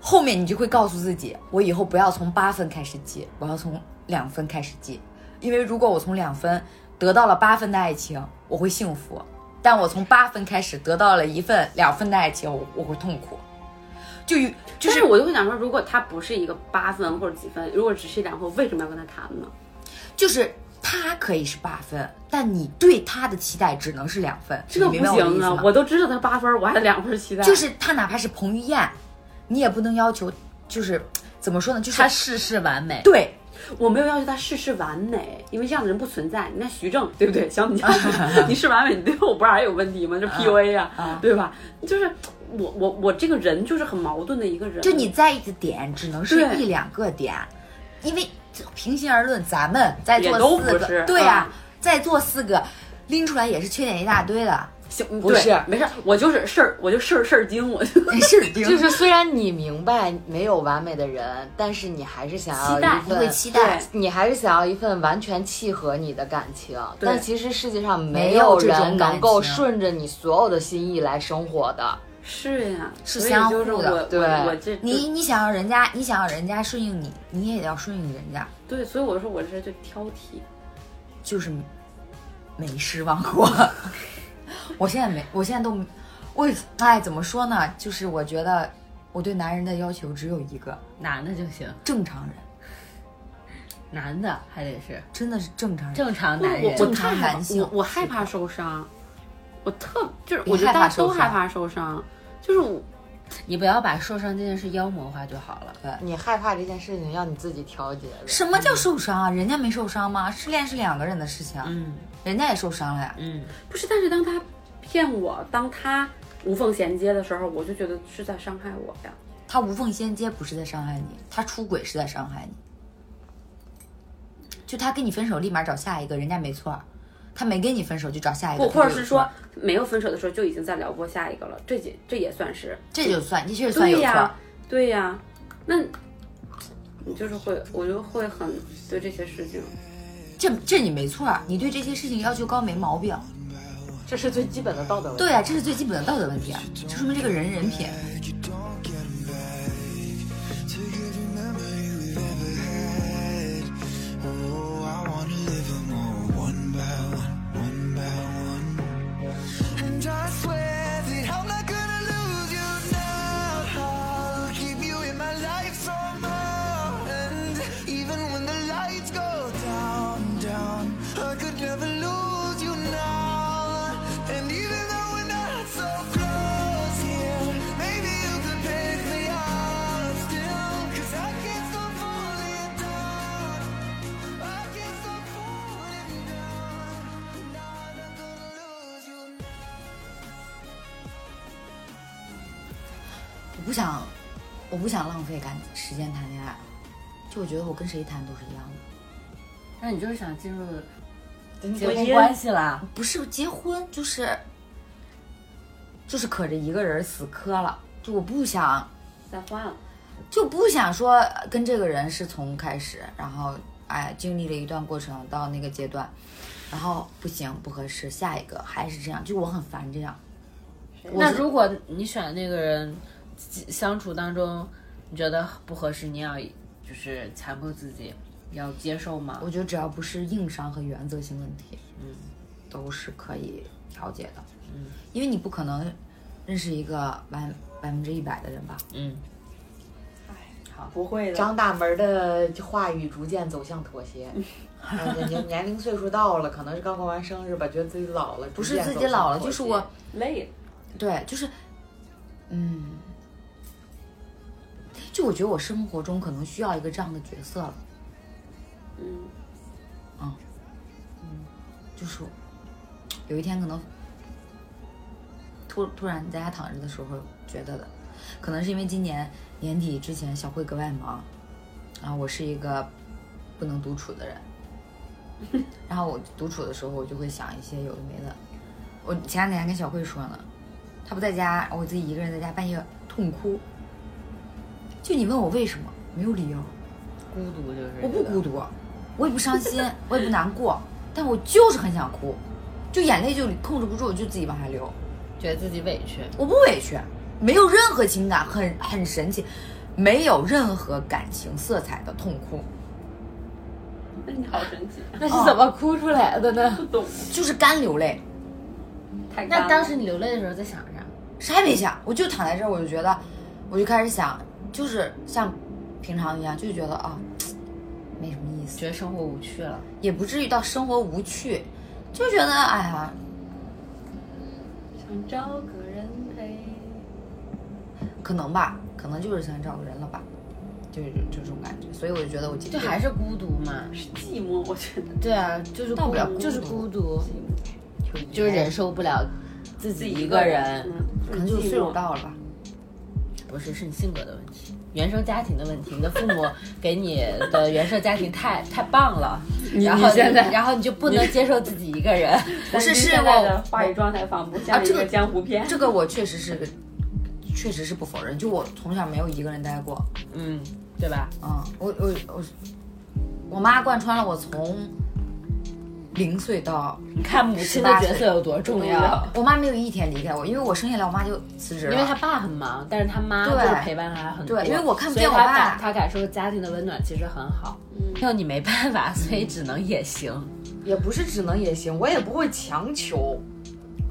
C: 后面你就会告诉自己，我以后不要从八分开始记，我要从两分开始记，因为如果我从两分得到了八分的爱情，我会幸福；但我从八分开始得到了一份两分的爱情，我我会痛苦。就就
D: 就是是我就会想说，如果他不是一个八分或者几分，如果只是两分，我为什么要跟他谈呢？
C: 就是他可以是八分，但你对他的期待只能是两分，
D: 这个
C: 你明
D: 不
C: 白我的意
D: 行
C: 思
D: 啊
C: 吗！
D: 我都知道他八分，我还两分期待。
C: 就是他哪怕是彭于晏，你也不能要求，就是怎么说呢？就是
E: 他事事完美。
C: 对，
D: 我没有要求他事事完美，因为这样的人不存在。你看徐正，对 不对？小米家，你是完美，你对我不是还有问题吗？这 PUA 呀、
C: 啊
D: 对吧？就是我我我这个人就是很矛盾的一个人。
C: 就你在意的点只能是
D: 对
C: 一两个点，因为平心而论，咱们在
D: 也
C: 座
D: 都
C: 四
D: 不
C: 个，
D: 是
C: 对呀、
D: 嗯
C: 在座四个拎出来也是缺点一大 堆的，
D: 行，
A: 不
D: 对
A: 是
D: 没事儿，我就是事儿，我就事儿事儿精，我就。
C: 哎是就
A: 就是虽然你明白没有完美的人，但是你还是想要
D: 期待
A: 一
C: 你
A: 份
C: 会期待
D: 对。
A: 你还是想要一份完全契合你的感情，
D: 对
A: 但其实世界上
C: 没
A: 没
C: 有
A: 有
C: 这种
A: 人能够
C: 感情
A: 顺着你所有的心意来生活的。
D: 是呀，
C: 是
D: 所以
C: 相
D: 就是
C: 互
D: 我
C: 的
D: 我
A: 对
D: 我这
C: 你你想要人家，你想要人家顺应你，你也要顺应人家，
D: 对，所以我说我这就挑剔，
C: 就是没失望过。我现在没，我现在都，我哎，怎么说呢？就是我觉得我对男人的要求只有一个，
E: 男的就行，
C: 正常人，
E: 男的还得是
C: 真的是正常人。
E: 正常
D: 我
E: 男
D: 我
E: 人。
D: 我
C: 正常
D: 太害
C: 男
D: 怕，
C: 性
D: 我我害怕受伤，我特就是
C: 别
D: 我觉得
C: 害怕
D: 大家都
C: 受伤
D: 害怕受伤，就是我
E: 你不要把受伤这件事妖魔化就好了。
A: 你害怕这件事情，要你自己调节的。
C: 什么
D: 嗯
C: 叫受伤啊？人家没受伤吗？失恋是两个人的事情，啊
E: 嗯
C: 人家也受伤了呀。
E: 嗯，
D: 不是，但是当他骗我，当他无缝衔接的时候，我就觉得是在伤害我呀。
C: 他无缝衔接不是在伤害你，他出轨是在伤害你。就他跟你分手，立马找下一个，人家没错儿，他没跟你分手就找下一个，
D: 不，或者
C: 哦他就是有错
D: 说没有分手的时候就已经在撩拨下一个了，这也这也算是
C: 这就算，这确实算有
D: 对
C: 错儿。
D: 呀，对呀，那你就是会，我就会很对这些事情，
C: 这这你没错儿，啊你对这些事情要求高没毛病。
A: 这是最基本的道德问题。
C: 对啊，这是最基本的道德问题啊，这说明这个人人品。
G: And I swear that I'm not gonna lose you now. I'll keep you in my life somehow. And even when the lights go down, down, I could never lose you now. And even though we're not so close here, maybe you could pick me up still. Cause I can't stop falling down. I can't stop falling down. And I'm not gonna lose you now.
C: 我不想，我不想浪费感时间谈恋爱，就我觉得我跟谁谈都是一样的。
E: 那你就是想进入
A: 真
E: 结
A: 的
E: 婚关系啦？
C: 不是结婚，就是就是可着一个人死磕了，就我不想
D: 再换了。
C: 就不想说跟这个人是从开始，然后哎经历了一段过程到那个阶段，然后不行不合适，下一个还是这样，就我很烦这样。
E: 那如果你选的那个人相处当中，你觉得不合适，你要就是强迫自己要接受吗？
C: 我觉得只要不是硬伤和原则性问题，嗯，都是可以调节的。嗯，因为你不可能认识一个完百分之一百的人吧？
E: 嗯，
D: 哎不会的，
A: 张大门的话语逐渐走向妥协。呃年年龄岁数到了，可能是刚过完生日吧，觉得自己老了。
C: 不
A: 逐
C: 是
A: 渐
C: 自
A: 走
C: 己
A: 向
C: 老了，
A: 妥
C: 就是
A: 协
C: 我
D: 累了。
C: 对，就是，嗯，就我觉得我生活中可能需要一个这样的角色了。
D: 嗯，
C: 啊，嗯，就是有一天可能突突然在家躺着的时候觉得的，可能是因为今年年底之前小慧格外忙，然后我是一个不能独处的人，然后我独处的时候我就会想一些有的没的。我前两天还跟小慧说呢，她不在家，我自己一个人在家半夜痛哭。就你问我为什么，没有理由。
E: 孤独就是
C: 我不孤独，我也不伤心，我也不难过，但我就是很想哭，就眼泪就控制不住，就自己往下流。
E: 觉得自己委 屈，
C: 我不委屈，没有任何情感，很很神奇，没有任何感情色彩的痛哭，
D: 那你好神奇，
A: 那是怎么哭出来的呢？
D: 不懂，
C: 就是干流泪，嗯
D: 太干了
E: 那当时你流泪的时候在想啥？
C: 啥也没想，我就躺在这儿，我就觉得，我就开始想，就是像平常一样，就觉得啊、没什么意思，
E: 觉得生活无趣了，
C: 也不至于到生活无趣，就觉得哎呀，
D: 想找个人陪，
C: 可能吧，可能就是想找个人了吧，就是就这种感觉。所以我就觉得我今
E: 就
C: 天
E: 还是孤独嘛。
D: 是寂寞，我觉得
E: 对啊，就是
C: 到
E: 孤
C: 不了
E: 独，
C: 孤
E: 就是
C: 独
E: 孤独，
C: 就
E: 就是忍受不了自己一个人。，
D: 嗯
C: 可能就是岁数，到了吧。
E: 不是，是你性格的问题，原生家庭的问题。你的父母给你的原生家庭太太棒了，然后
D: 你现在
E: 然后你就不能接受自己一个人。
C: 不是，是
D: 现在的
C: 我
D: 话语状态仿佛
E: 啊
D: 像一
C: 这
D: 个
C: 个
D: 江湖片，
C: 这个我确实是个，确实是不否认，就我从小没有一个人待过。
E: 嗯，对吧？
C: 嗯，我我我，我妈贯穿了我从零岁到
E: 你看母亲的角色有多重要，
C: 我妈没有一天离开我，因为我生下来我妈就辞职
E: 因
C: 了。
E: 为他爸很忙，但是他妈就
C: 对
E: 是陪伴了他很多。
C: 对因为我看不
E: 所以
C: 见我
E: 他
C: 爸
E: 感他感受家庭的温暖其实很好。
D: 嗯
E: 要你没办法，所以只能也行。
A: 也不是只能也行，我也不会强求，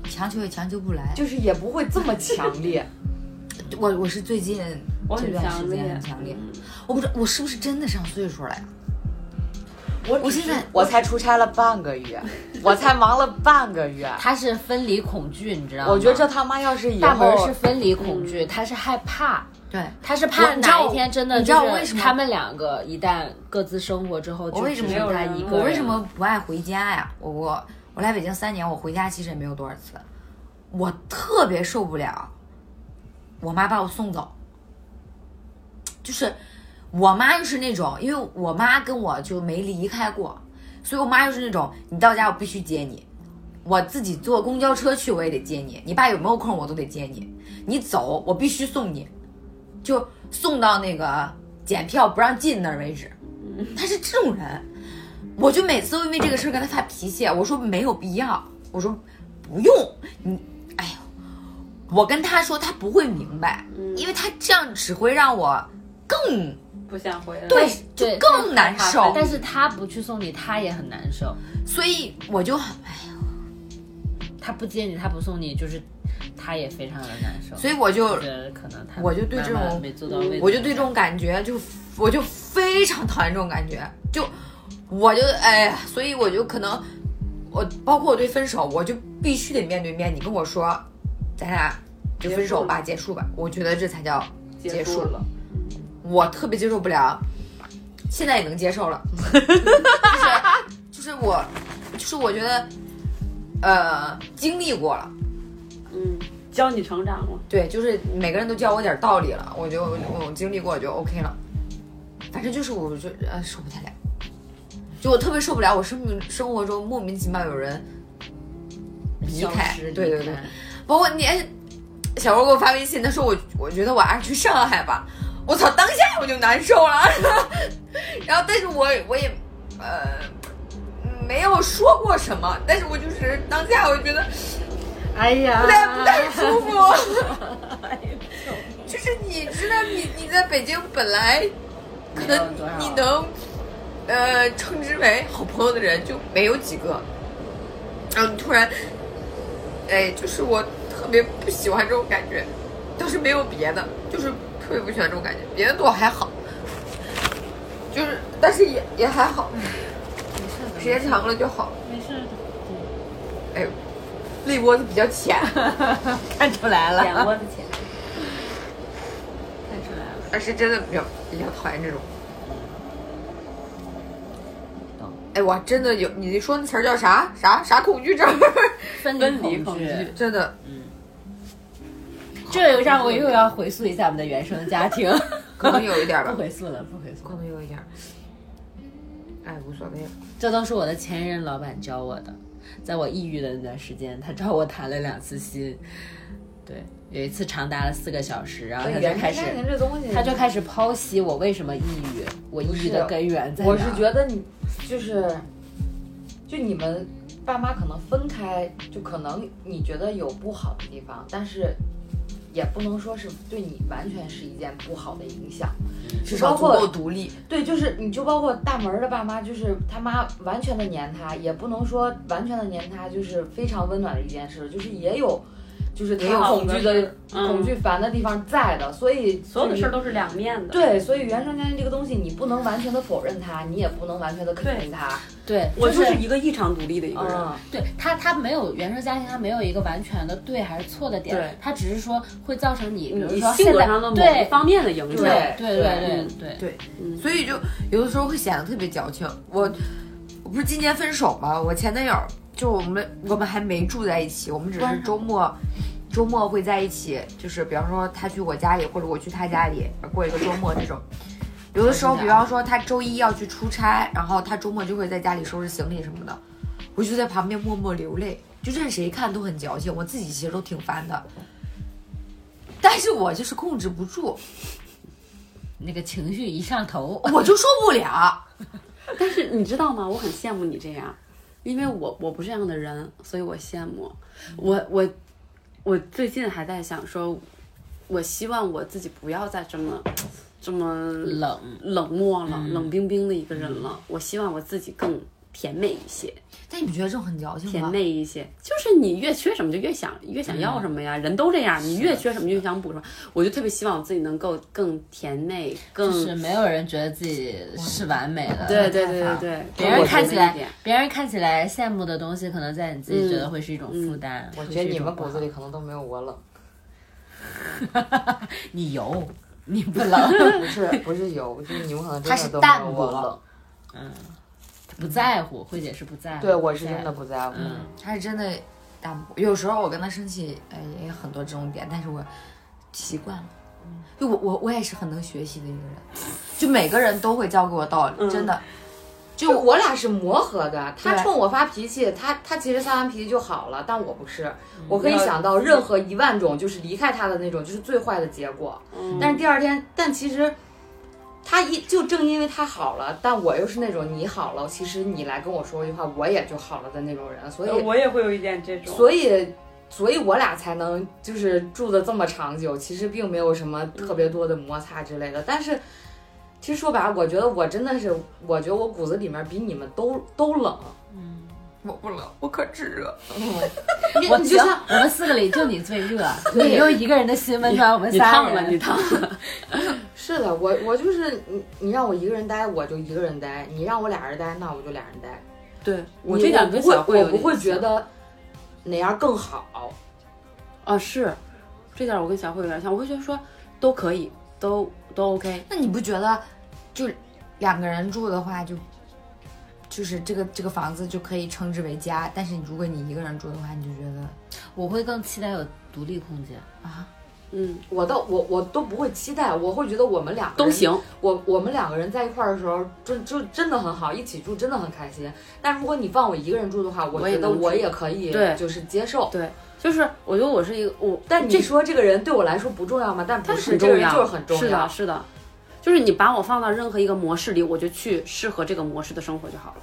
C: 强求也强求不来，
A: 就是也不会这么强 烈。
C: 我我是最近
D: 我
C: 这
D: 很
C: 段时
D: 强
C: 间
D: 烈，
C: 很强烈，
D: 嗯
C: 我不知道我是不是真的上岁数了呀？
A: 我
C: 我
A: 只
C: 现在
A: 是我才出差了半个月， 我才忙了半个月。
E: 他是分离恐惧，你知道吗？
A: 我觉得这他妈要是以
E: 大门
A: 后
E: 是分离恐惧，他是害怕。
C: 对，
E: 他是怕
C: 我你知道
E: 哪
C: 我
E: 一天真的，
C: 你知道我为什么
E: 他们两个一旦各自生活之后，
C: 我为什么
E: 就只有他一个人
C: 我为什么不爱回家呀？我我我来北京三年，我回家其实也没有多少次，我特别受不了，我妈把我送走，就是我妈又是那种，因为我妈跟我就没离开过，所以我妈又是那种，你到家我必须接你，我自己坐公交车去我也得接你，你爸有没有空我都得接你，你走我必须送你，就送到那个检票不让进那儿为止，她是这种人。我就每次都因为这个事儿跟他发脾气，啊我说没有必要，我说不用你，哎呦，我跟他说他不会明白，
E: 嗯
C: 因为他这样只会让我更
D: 不想回来，
C: 对，就
E: 对
C: 更难受，
E: 但是他不去送你，他也很难受。
C: 所以我就哎很
E: 他不接你，他不送你，就是他也非常的难受。
C: 所以我就
E: 我觉得可能他
C: 我就对这种
E: 慢慢没做到位，
C: 我就对这种感觉就我就非常讨厌这种感觉，就我就哎呀，所以我就可能我包括我对分手，我就必须得面对面，你跟我说，咱俩就分手吧，结束吧，我觉得这才叫结
D: 结
C: 束
D: 束了，
C: 我特别接受不了，现在也能接受 了，就是就是我就是我觉得呃经历过了。
D: 嗯，教你成长了，
C: 对，就是每个人都教我点道理了，我就我经历过我就 OK 了。反正就是我就呃受不太了，就我特别受不了我生命生活中莫名其妙有人离
E: 消
C: 开
E: 失，
C: 对对对
E: 离开，
C: 包括你哎小郭给我发微信，他说我我觉得我还是去上海吧，我操，当下我就难受了。 然后，但是我我也呃没有说过什么，但是我就是当下我觉得
E: 哎呀，
C: 不太不太舒 服。就是你知道你，你在北京本来可能
E: 没有多少
C: 你能呃称之为好朋友的人就没有几个，然后你突然，哎，就是我特别不喜欢这种感觉，倒是没有别的，就是特别不喜欢这种感觉，别的对我还好，就是但是也也还好，时间长了就好，没事。哎呦，泪窝子比较浅，看出来了，
E: 眼窝子浅，看出来了。
C: 但是真的比较比较讨厌这种。哎，我真的有，你说那词儿叫啥啥啥恐惧症？
E: 分
D: 分
E: 离
D: 离
E: 恐
D: 恐
E: 惧
D: 惧，
C: 真的，
E: 这让我又要回溯一下我们的原生家庭。
C: 可能有一点吧
E: 不，回溯了，不回溯
C: 可
E: 了。
C: 能有一点。哎，无所谓。
E: 这都是我的前任老板教我的，在我抑郁的那段时间，他找我谈了两次心。对，有一次长达了四个小时，然后他就开始，
A: 这东西
E: 他就开始剖析我为什么抑郁，我抑郁的根源在哪儿。
A: 我是觉得你就是，就你们爸妈可能分开，就可能你觉得有不好的地方，但是也不能说是对你完全是一件不好的影响。
C: 至少
A: 包
C: 足
A: 括
C: 够独立，
A: 对，就是你就包括大门儿的爸妈，就是他妈完全的黏他，也不能说完全的黏他，就是非常温暖的一件事，就是也有。就是
C: 也有
A: 他恐惧
D: 好的
A: 的
D: 事、嗯
A: 恐惧烦的地方在的，所以
D: 所有的
A: 你
D: 事儿都是两面的。，
A: 对，所以原生家庭这个东西，你不能完全的否认它，你也不能完全的肯定它。
E: 对，
D: 我
E: 就
D: 就是一个异常独立的一个人。
A: 嗯，
E: 对他，他没有原生家庭，他没有一个完全的对还是错的点
D: 对，
E: 他只是说会造成你，比如
D: 你
E: 说
D: 性
E: 现
D: 格
E: 在
D: 上的某一
E: 对
D: 方面的嗯影响，
E: 对
A: 对
E: 对对对对，
C: 对，所以就有的时候会显得特别矫情。我我不是今年分手吗？我前男友就我们我们还没住在一起，我们只是周末周末会在一起，就是比方说他去我家里，或者我去他家里过一个周末这种。有的时候，比方说他周一要去出差，然后他周末就会在家里收拾行李什么的，我就在旁边默默流泪，就任谁看都很矫情，我自己其实都挺烦的，但是我就是控制不住，
E: 那个情绪一上头，
C: 我就受不了。
D: 但是你知道吗？我很羡慕你这样，因为我我不是这样的人，所以我羡慕。我我我最近还在想说，我希望我自己不要再这么这么
E: 冷，
D: 冷漠了，冷冰冰的一个人了。我希望我自己更甜美一些，
C: 但你不觉得这种很矫情
D: 甜
C: 吗？
D: 美一些。就是你越缺什么就越想越想要什么呀，人都这样，你越缺什么就越想补什么。我就特别希望我自己能够更甜美，更
E: 就是没有人觉得自己是完美的，
D: 对对对对对，
E: 别人
D: 我觉
E: 看
D: 得
E: 起
D: 一
E: 来
D: 点，
E: 别人看起来羡慕的东西，可能在你自己觉得会是一种负担。
A: 嗯我
E: 会
A: 觉得
E: 是一
A: 你
E: 种
A: 们
E: 不
A: 骨子
E: 好
A: 里可能都没有我 冷，
E: 你有，你不冷，
A: 不是不是有，就是你们可能
E: 他
A: 真
E: 是
A: 的都
E: 淡
A: 没有我
E: 薄
A: 冷。
E: 不在乎，慧姐是不在乎。
A: 对，我是
E: 不在
A: 真的不在乎。
E: 嗯
C: 他是真的淡薄。有时候我跟他生气，哎，也有很多这种点，但是我习惯了。
D: 嗯
C: 就我我我也是很能学习的一个人，就每个人都会教给我道
D: 嗯
C: 理，真的。
A: 就我俩是磨合的，他
C: 对
A: 冲我发脾气，他他其实撒完脾气就好了，但我不是，我可以想到任何一万种就是离开他的那种，就是最坏的结果。
D: 嗯
A: 但是第二天，但其实他一就正因为他好了，但我又是那种你好了，其实你来跟我说一句话，我也就好了的那种人，
D: 呃
A: 所以
F: 呃我也会有一点这种。
A: 所以，所以我俩才能就是住的这么长久，其实并没有什么特别多的摩擦之类的。但是，其实说白了，我觉得我真的是，我觉得我骨子里面比你们都都冷。
C: 我不冷，我可炙热。
D: 嗯
A: 你
E: 我
A: 你
E: 就
A: 就
E: 像
A: 像
E: 我们四个里就你最 热，你用一个人的心温暖我们
D: 你
E: 仨
D: 烫了，
E: 人。
D: 你烫了，
A: 是的，我我就是你，你让我一个人待，我就一个人待；你让我俩人待，那我就俩人待。
D: 对我
A: 你
D: 这点跟
A: 不会
D: 小，慧
A: 我
D: 有
A: 不
D: 点
A: 会觉
D: 像
A: 得哪样更好。
D: 啊，是，这点我跟小慧有点像，我会觉得说都可以，都都 OK，
C: 那你不觉得，就两个人住的话就，就是这个这个房子就可以称之为家，但是如果你一个人住的话，你就觉得
E: 我会更期待有独立空间
C: 啊，
D: 嗯，
A: 我倒我我都不会期待，我会觉得我们两个
D: 都
A: 人
D: 行。
A: 我我们两个人在一块儿的时候，真就真的很好，一起住真的很开心。但如果你放我一个人住的话，我
D: 我也
A: 觉得
D: 能住
A: 我也可以，
D: 对
A: 就是接受。
D: 对，就是我觉得我是一个我，
A: 但你
D: 这
A: 说这个人对我来说不重要吗？但不
D: 它
A: 是，
D: 很
A: 这个
D: 重
A: 人
D: 要，
A: 就是很重
D: 是
A: 要
D: 的，。是的，就是你把我放到任何一个模式里，我就去适合这个模式的生活就好了。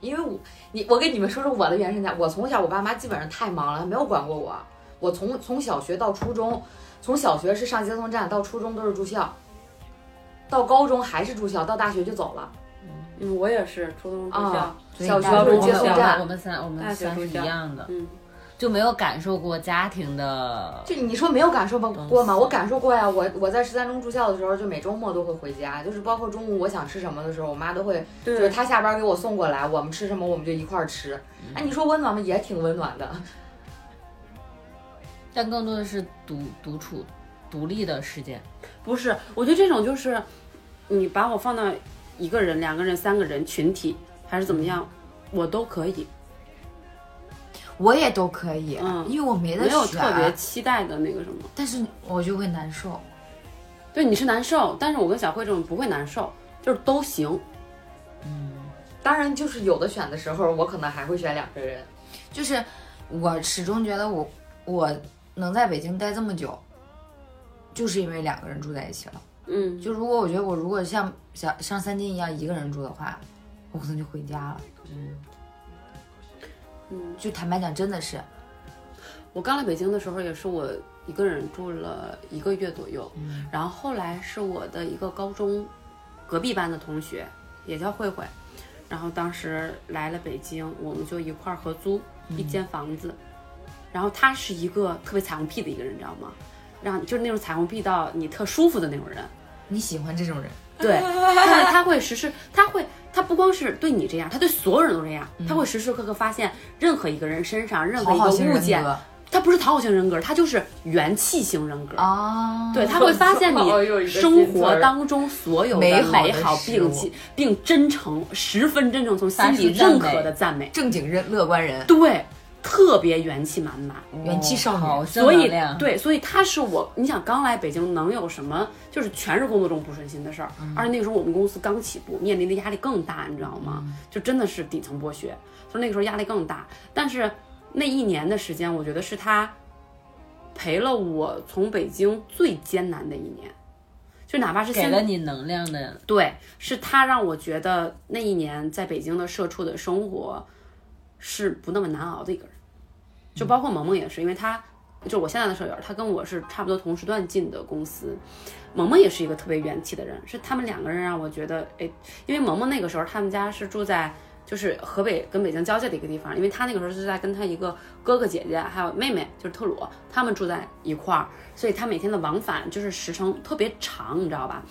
A: 因为我你我跟你们说说我的原生家，我从小我爸妈基本上太忙了，没有管过我。我从从小学到初中，从小学是上接送站，到初中都是住校，到高中还是住校，到大学就走了。
D: 嗯，我也是初中
A: 住校，
C: 所以
A: 小
C: 大
A: 学
E: 我
A: 住
E: 们
C: 中
A: 接
E: 我
A: 送
E: 们
A: 站
E: 我，们三我
D: 大
E: 们
D: 学
E: 三是
D: 回
E: 一
D: 家
E: 样的，
D: 嗯，
E: 就没有感受过家庭的。
A: 就你说没有感受
E: 东
A: 过吗？
E: 西
A: 我感受过呀，我我在十三中住校的时候，就每周末都会回家，就是包括中午我想吃什么的时候，我妈都会，就是
D: 对，
A: 她下班给我送过来，我们吃什么我们就一块儿吃。哎，你说温暖吗？也挺温暖的。
E: 但更多的是独独处、独立的时间。
D: 不是，我觉得这种就是你把我放到一个人、两个人、三个人群体还是怎么样，我都可以，
C: 我也都可以，
D: 嗯
C: 因为我没得
D: 没有
C: 选
D: 特别期待的那个什么。
C: 但是我就会难受。
D: 对，你是难受，但是我跟小慧这种不会难受，就是都行。
A: 当然，就是有的选的时候，我可能还会选两个人。
C: 就是我始终觉得我我能在北京待这么久，就是因为两个人住在一起了。
D: 嗯，
C: 就如果我觉得我如果像像像三金一样一个人住的话，我可能就回家了。
D: 嗯，
C: 就坦白讲，真的是
D: 我刚来北京的时候也是我一个人住了一个月左右，
C: 嗯
D: 然后后来是我的一个高中隔壁班的同学，也叫慧慧，然后当时来了北京，我们就一块儿合租
C: 嗯
D: 一间房子，然后他是一个特别彩虹屁的一个人，你知道吗？让就是那种彩虹屁到你特舒服的那 种人，
C: 你喜欢这种人，
D: 对，但是他会实施，他会，他不光是对你这样，他对所有人都这样，他会时时刻刻发现任何一个人身上任
C: 嗯
D: 何
C: 讨
D: 一
C: 好
D: 个
C: 型人
D: 物件，
C: 格
D: 他不是讨好型人格，他就是元气型人格。
C: 啊，
D: 对，他会发现
A: 哦又有
D: 你
A: 一个
D: 生
A: 新词
D: 活
A: 儿
D: 当中所有的
C: 美
D: 美
C: 好的
D: 好
C: 事物
D: 并且并真诚，十分真诚，从心底
C: 发出赞
D: 认
C: 美
D: 可的赞美，
C: 正经人乐观人，
D: 对，特别元气满满。
C: 元气少
E: 好
C: 女。
E: 正
D: 所
E: 能
D: 以
E: 量，
D: 对，所以他是我，你想刚来北京能有什么？就是全是工作中不顺心的事儿，
E: 嗯
D: 而且那个时候我们公司刚起步，面临的压力更大，你知道吗？
E: 嗯
D: 就真的是底层剥削，所以那个时候压力更大。但是那一年的时间，我觉得是他陪了我从北京最艰难的一年，就哪怕是
E: 给
D: 现
E: 了你能量的，
D: 对，是他让我觉得那一年在北京的社畜的生活是不那么难熬的一个人，就包括萌萌也是，因为他就是我现在的舍友，他跟我是差不多同时段进的公司，萌萌也是一个特别元气的人，是他们两个人让我觉得，哎，因为萌萌那个时候他们家是住在。就是河北跟北京交界的一个地方，因为他那个时候是在跟他一个哥哥姐姐还有妹妹，就是特鲁，他们住在一块儿，所以他每天的往返就是时程特别长，你知道吧？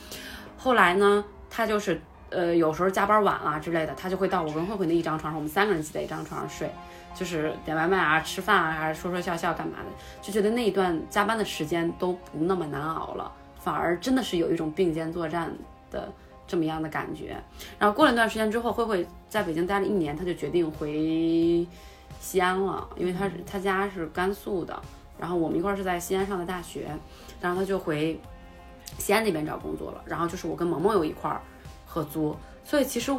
D: 后来呢，他就是呃有时候加班晚了之类的，他就会到我跟慧慧那一张床上，我们三个人挤在一张床上睡，就是点外卖啊、吃饭啊，还是说说笑笑干嘛的，就觉得那一段加班的时间都不那么难熬了，反而真的是有一种并肩作战的这么样的感觉。然后过了一段时间之后，慧慧在北京待了一年，她就决定回西安了，因为她是她家是甘肃的，然后我们一块儿是在西安上的大学，然后她就回西安那边找工作了。然后就是我跟萌萌有一块儿合租，所以其实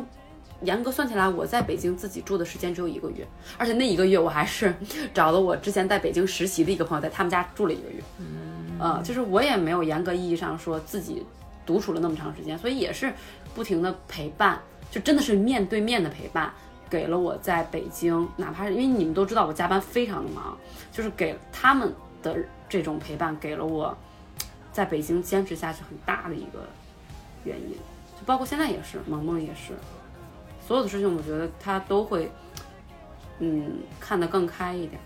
D: 严格算起来，我在北京自己住的时间只有一个月，而且那一个月我还是 找了我之前在北京实习的一个朋友，在他们家住了一个月。嗯、就是我也没有严格意义上说自己独处了那么长时间，所以也是不停的陪伴，就真的是面对面的陪伴。给了我在北京，哪怕是因为你们都知道我加班非常的忙，就是给他们的这种陪伴，给了我在北京坚持下去很大的一个原因，就包括现在也是，萌萌也是，所有的事情我觉得他都会，嗯，看得更开一点。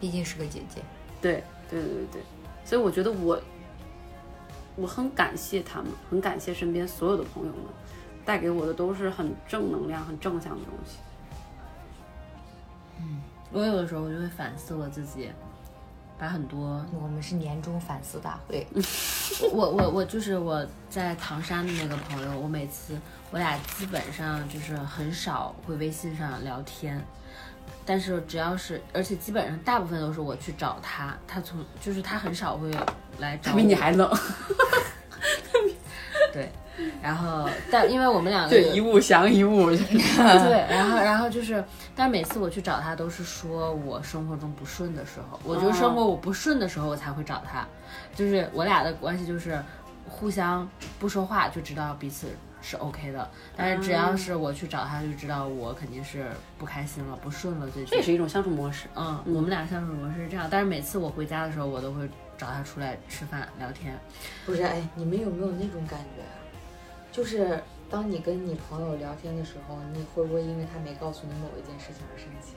C: 毕竟是个姐姐，
D: 对，对对对对，所以我觉得我，我很感谢他们，很感谢身边所有的朋友们，带给我的都是很正能量、很正向的东西。
E: 我有的时候我就会反思我自己，把很多
C: 我们是年终反思大会。
E: 我我我就是我在唐山的那个朋友，我每次我俩基本上就是很少会微信上聊天，但是只要是，而且基本上大部分都是我去找他，他从就是他很少会来找我。
D: 他比你还冷，
E: 对，然后但因为我们两个
D: 对， 一物降一物。
E: 对，然后然后就是，但是每次我去找他都是说我生活中不顺的时候，我觉得
D: 哦
E: 生活我不顺的时候我才会找他，就是我俩的关系就是互相不说话就知道彼此是 OK 的，但是只要是我去找他就知道我肯定是不开心了、不顺了最近。
D: 这是一种相处模式，
E: 嗯，我们俩相处模式是这样，但是每次我回家的时候，我都会找他出来吃饭聊天。
A: 不是，哎，你们有没有那种感觉啊？就是当你跟你朋友聊天的时候，你会不会因为他没告诉你某一件事情而生气？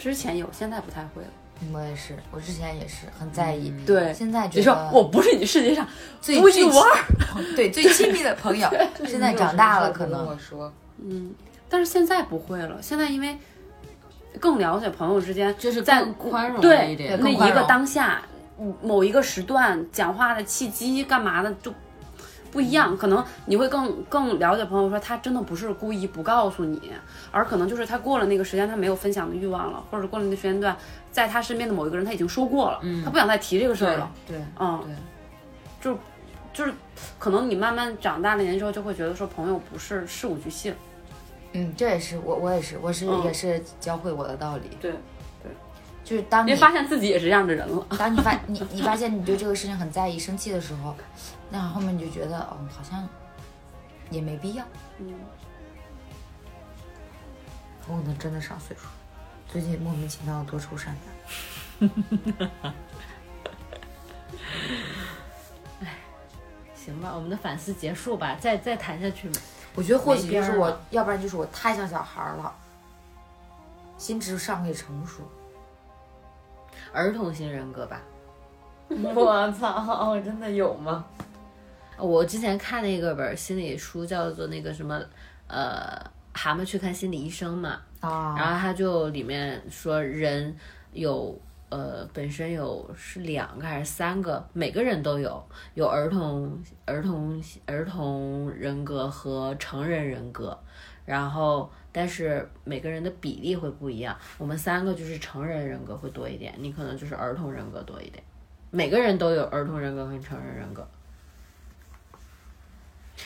D: 之前有，现在不太会了。
C: 我也是，我之前也是很在意，
D: 对
C: 现在觉
D: 你
C: 得
D: 说我不是你世界上
C: 最
D: 独一
C: 啊最
D: 无二，
C: 对最亲密的朋 友，现在长大了可
A: 你有什么事儿不跟
C: 能
A: 我说，
D: 嗯，但是现在不会了。现在因为更了解朋友之间，
E: 就是
D: 在
E: 更宽容了
D: 对
E: 一点
D: 那
C: 更宽
D: 一个
C: 容
D: 当下，某一个时段讲话的契机干嘛的就不一样。可能你会更更了解朋友，说他真的不是故意不告诉你，而可能就是他过了那个时间，他没有分享的欲望了，或者过了那个时间段，在他身边的某一个人他已经说过了，他不想再提这个事儿了。
E: 对，
D: 嗯，
E: 对
D: 就就是可能你慢慢长大了年纪之后，就会觉得说朋友不是事无巨细了。
C: 嗯，这也是我我也是我是、
D: 嗯
C: 也是教会我的道理，
D: 对，
C: 就是当
D: 因
C: 你
D: 为发现自己也是这样的人了。
C: 当你发你你发现你对这个事情很在意、生气的时候，那后面你就觉得哦，好像也没必要。
D: 嗯，
C: 我可能哦真的上岁数，最近莫名其妙多愁善感。
E: 行吧，我们的反思结束吧，再再谈下去嘛。
C: 我觉得或许
E: 没边
C: 就
E: 儿
C: 是我
E: 了，
C: 要不然就是我太像小孩儿了，心智尚未成熟。
E: 儿童型人格吧。
A: 我操，真的有吗？
E: 我之前看那个本儿心理书叫做那个什么，呃，蛤蟆去看心理医生嘛，
C: 啊，
E: 然后他就里面说人有呃本身有是两个还是三个，每个人都有有儿童儿童儿童人格和成人人格，然后但是每个人的比例会不一样，我们三个就是成人人格会多一点，你可能就是儿童人格多一点，每个人都有儿童人格和成人人格。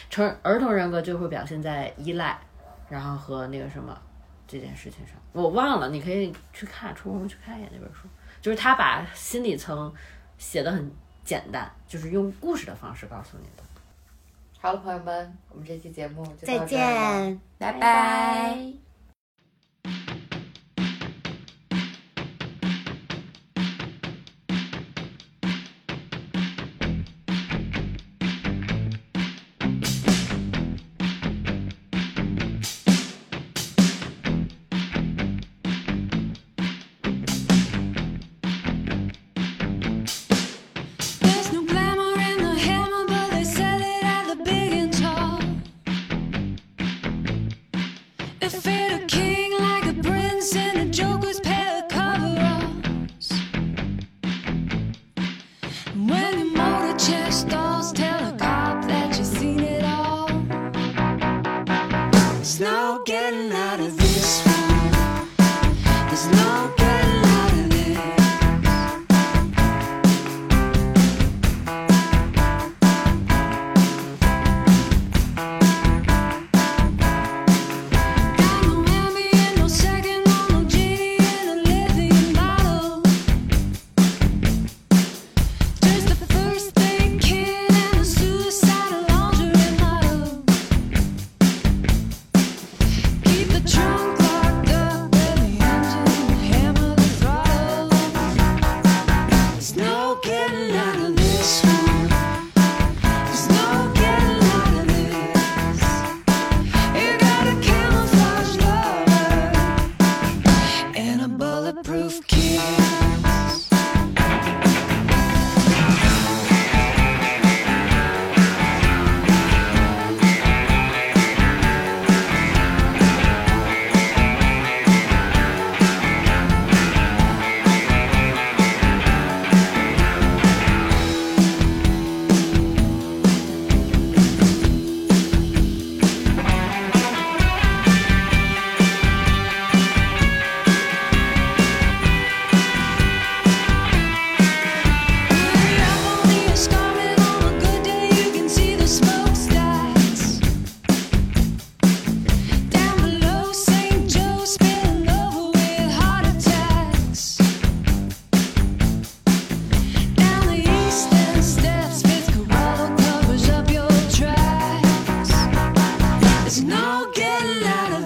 E: 成儿童人格就会表现在依赖，然后和那个什么这件事情上，我忘了，你可以去看，抽空去看一眼那本书，就是他把心理层写的很简单，就是用故事的方式告诉你的。
A: 好了，朋友们，我们这期节目就到这儿
E: 再
A: 了
E: 见。
C: 拜拜。
H: There's no glamour in the hammer, but they sell it at the big and tall. It fit a king like a prince in a joker's pair of coveralls. When your motor chest stalls, tell a cop that you've seen it all. There's no getting out of this one. There's no getting out of this. Got no ambient, no second, no genie in a lithium bottle. Just the first thing kid and a suicidal lingerie model. Keep the trunk locked up and the engine hammered getting out of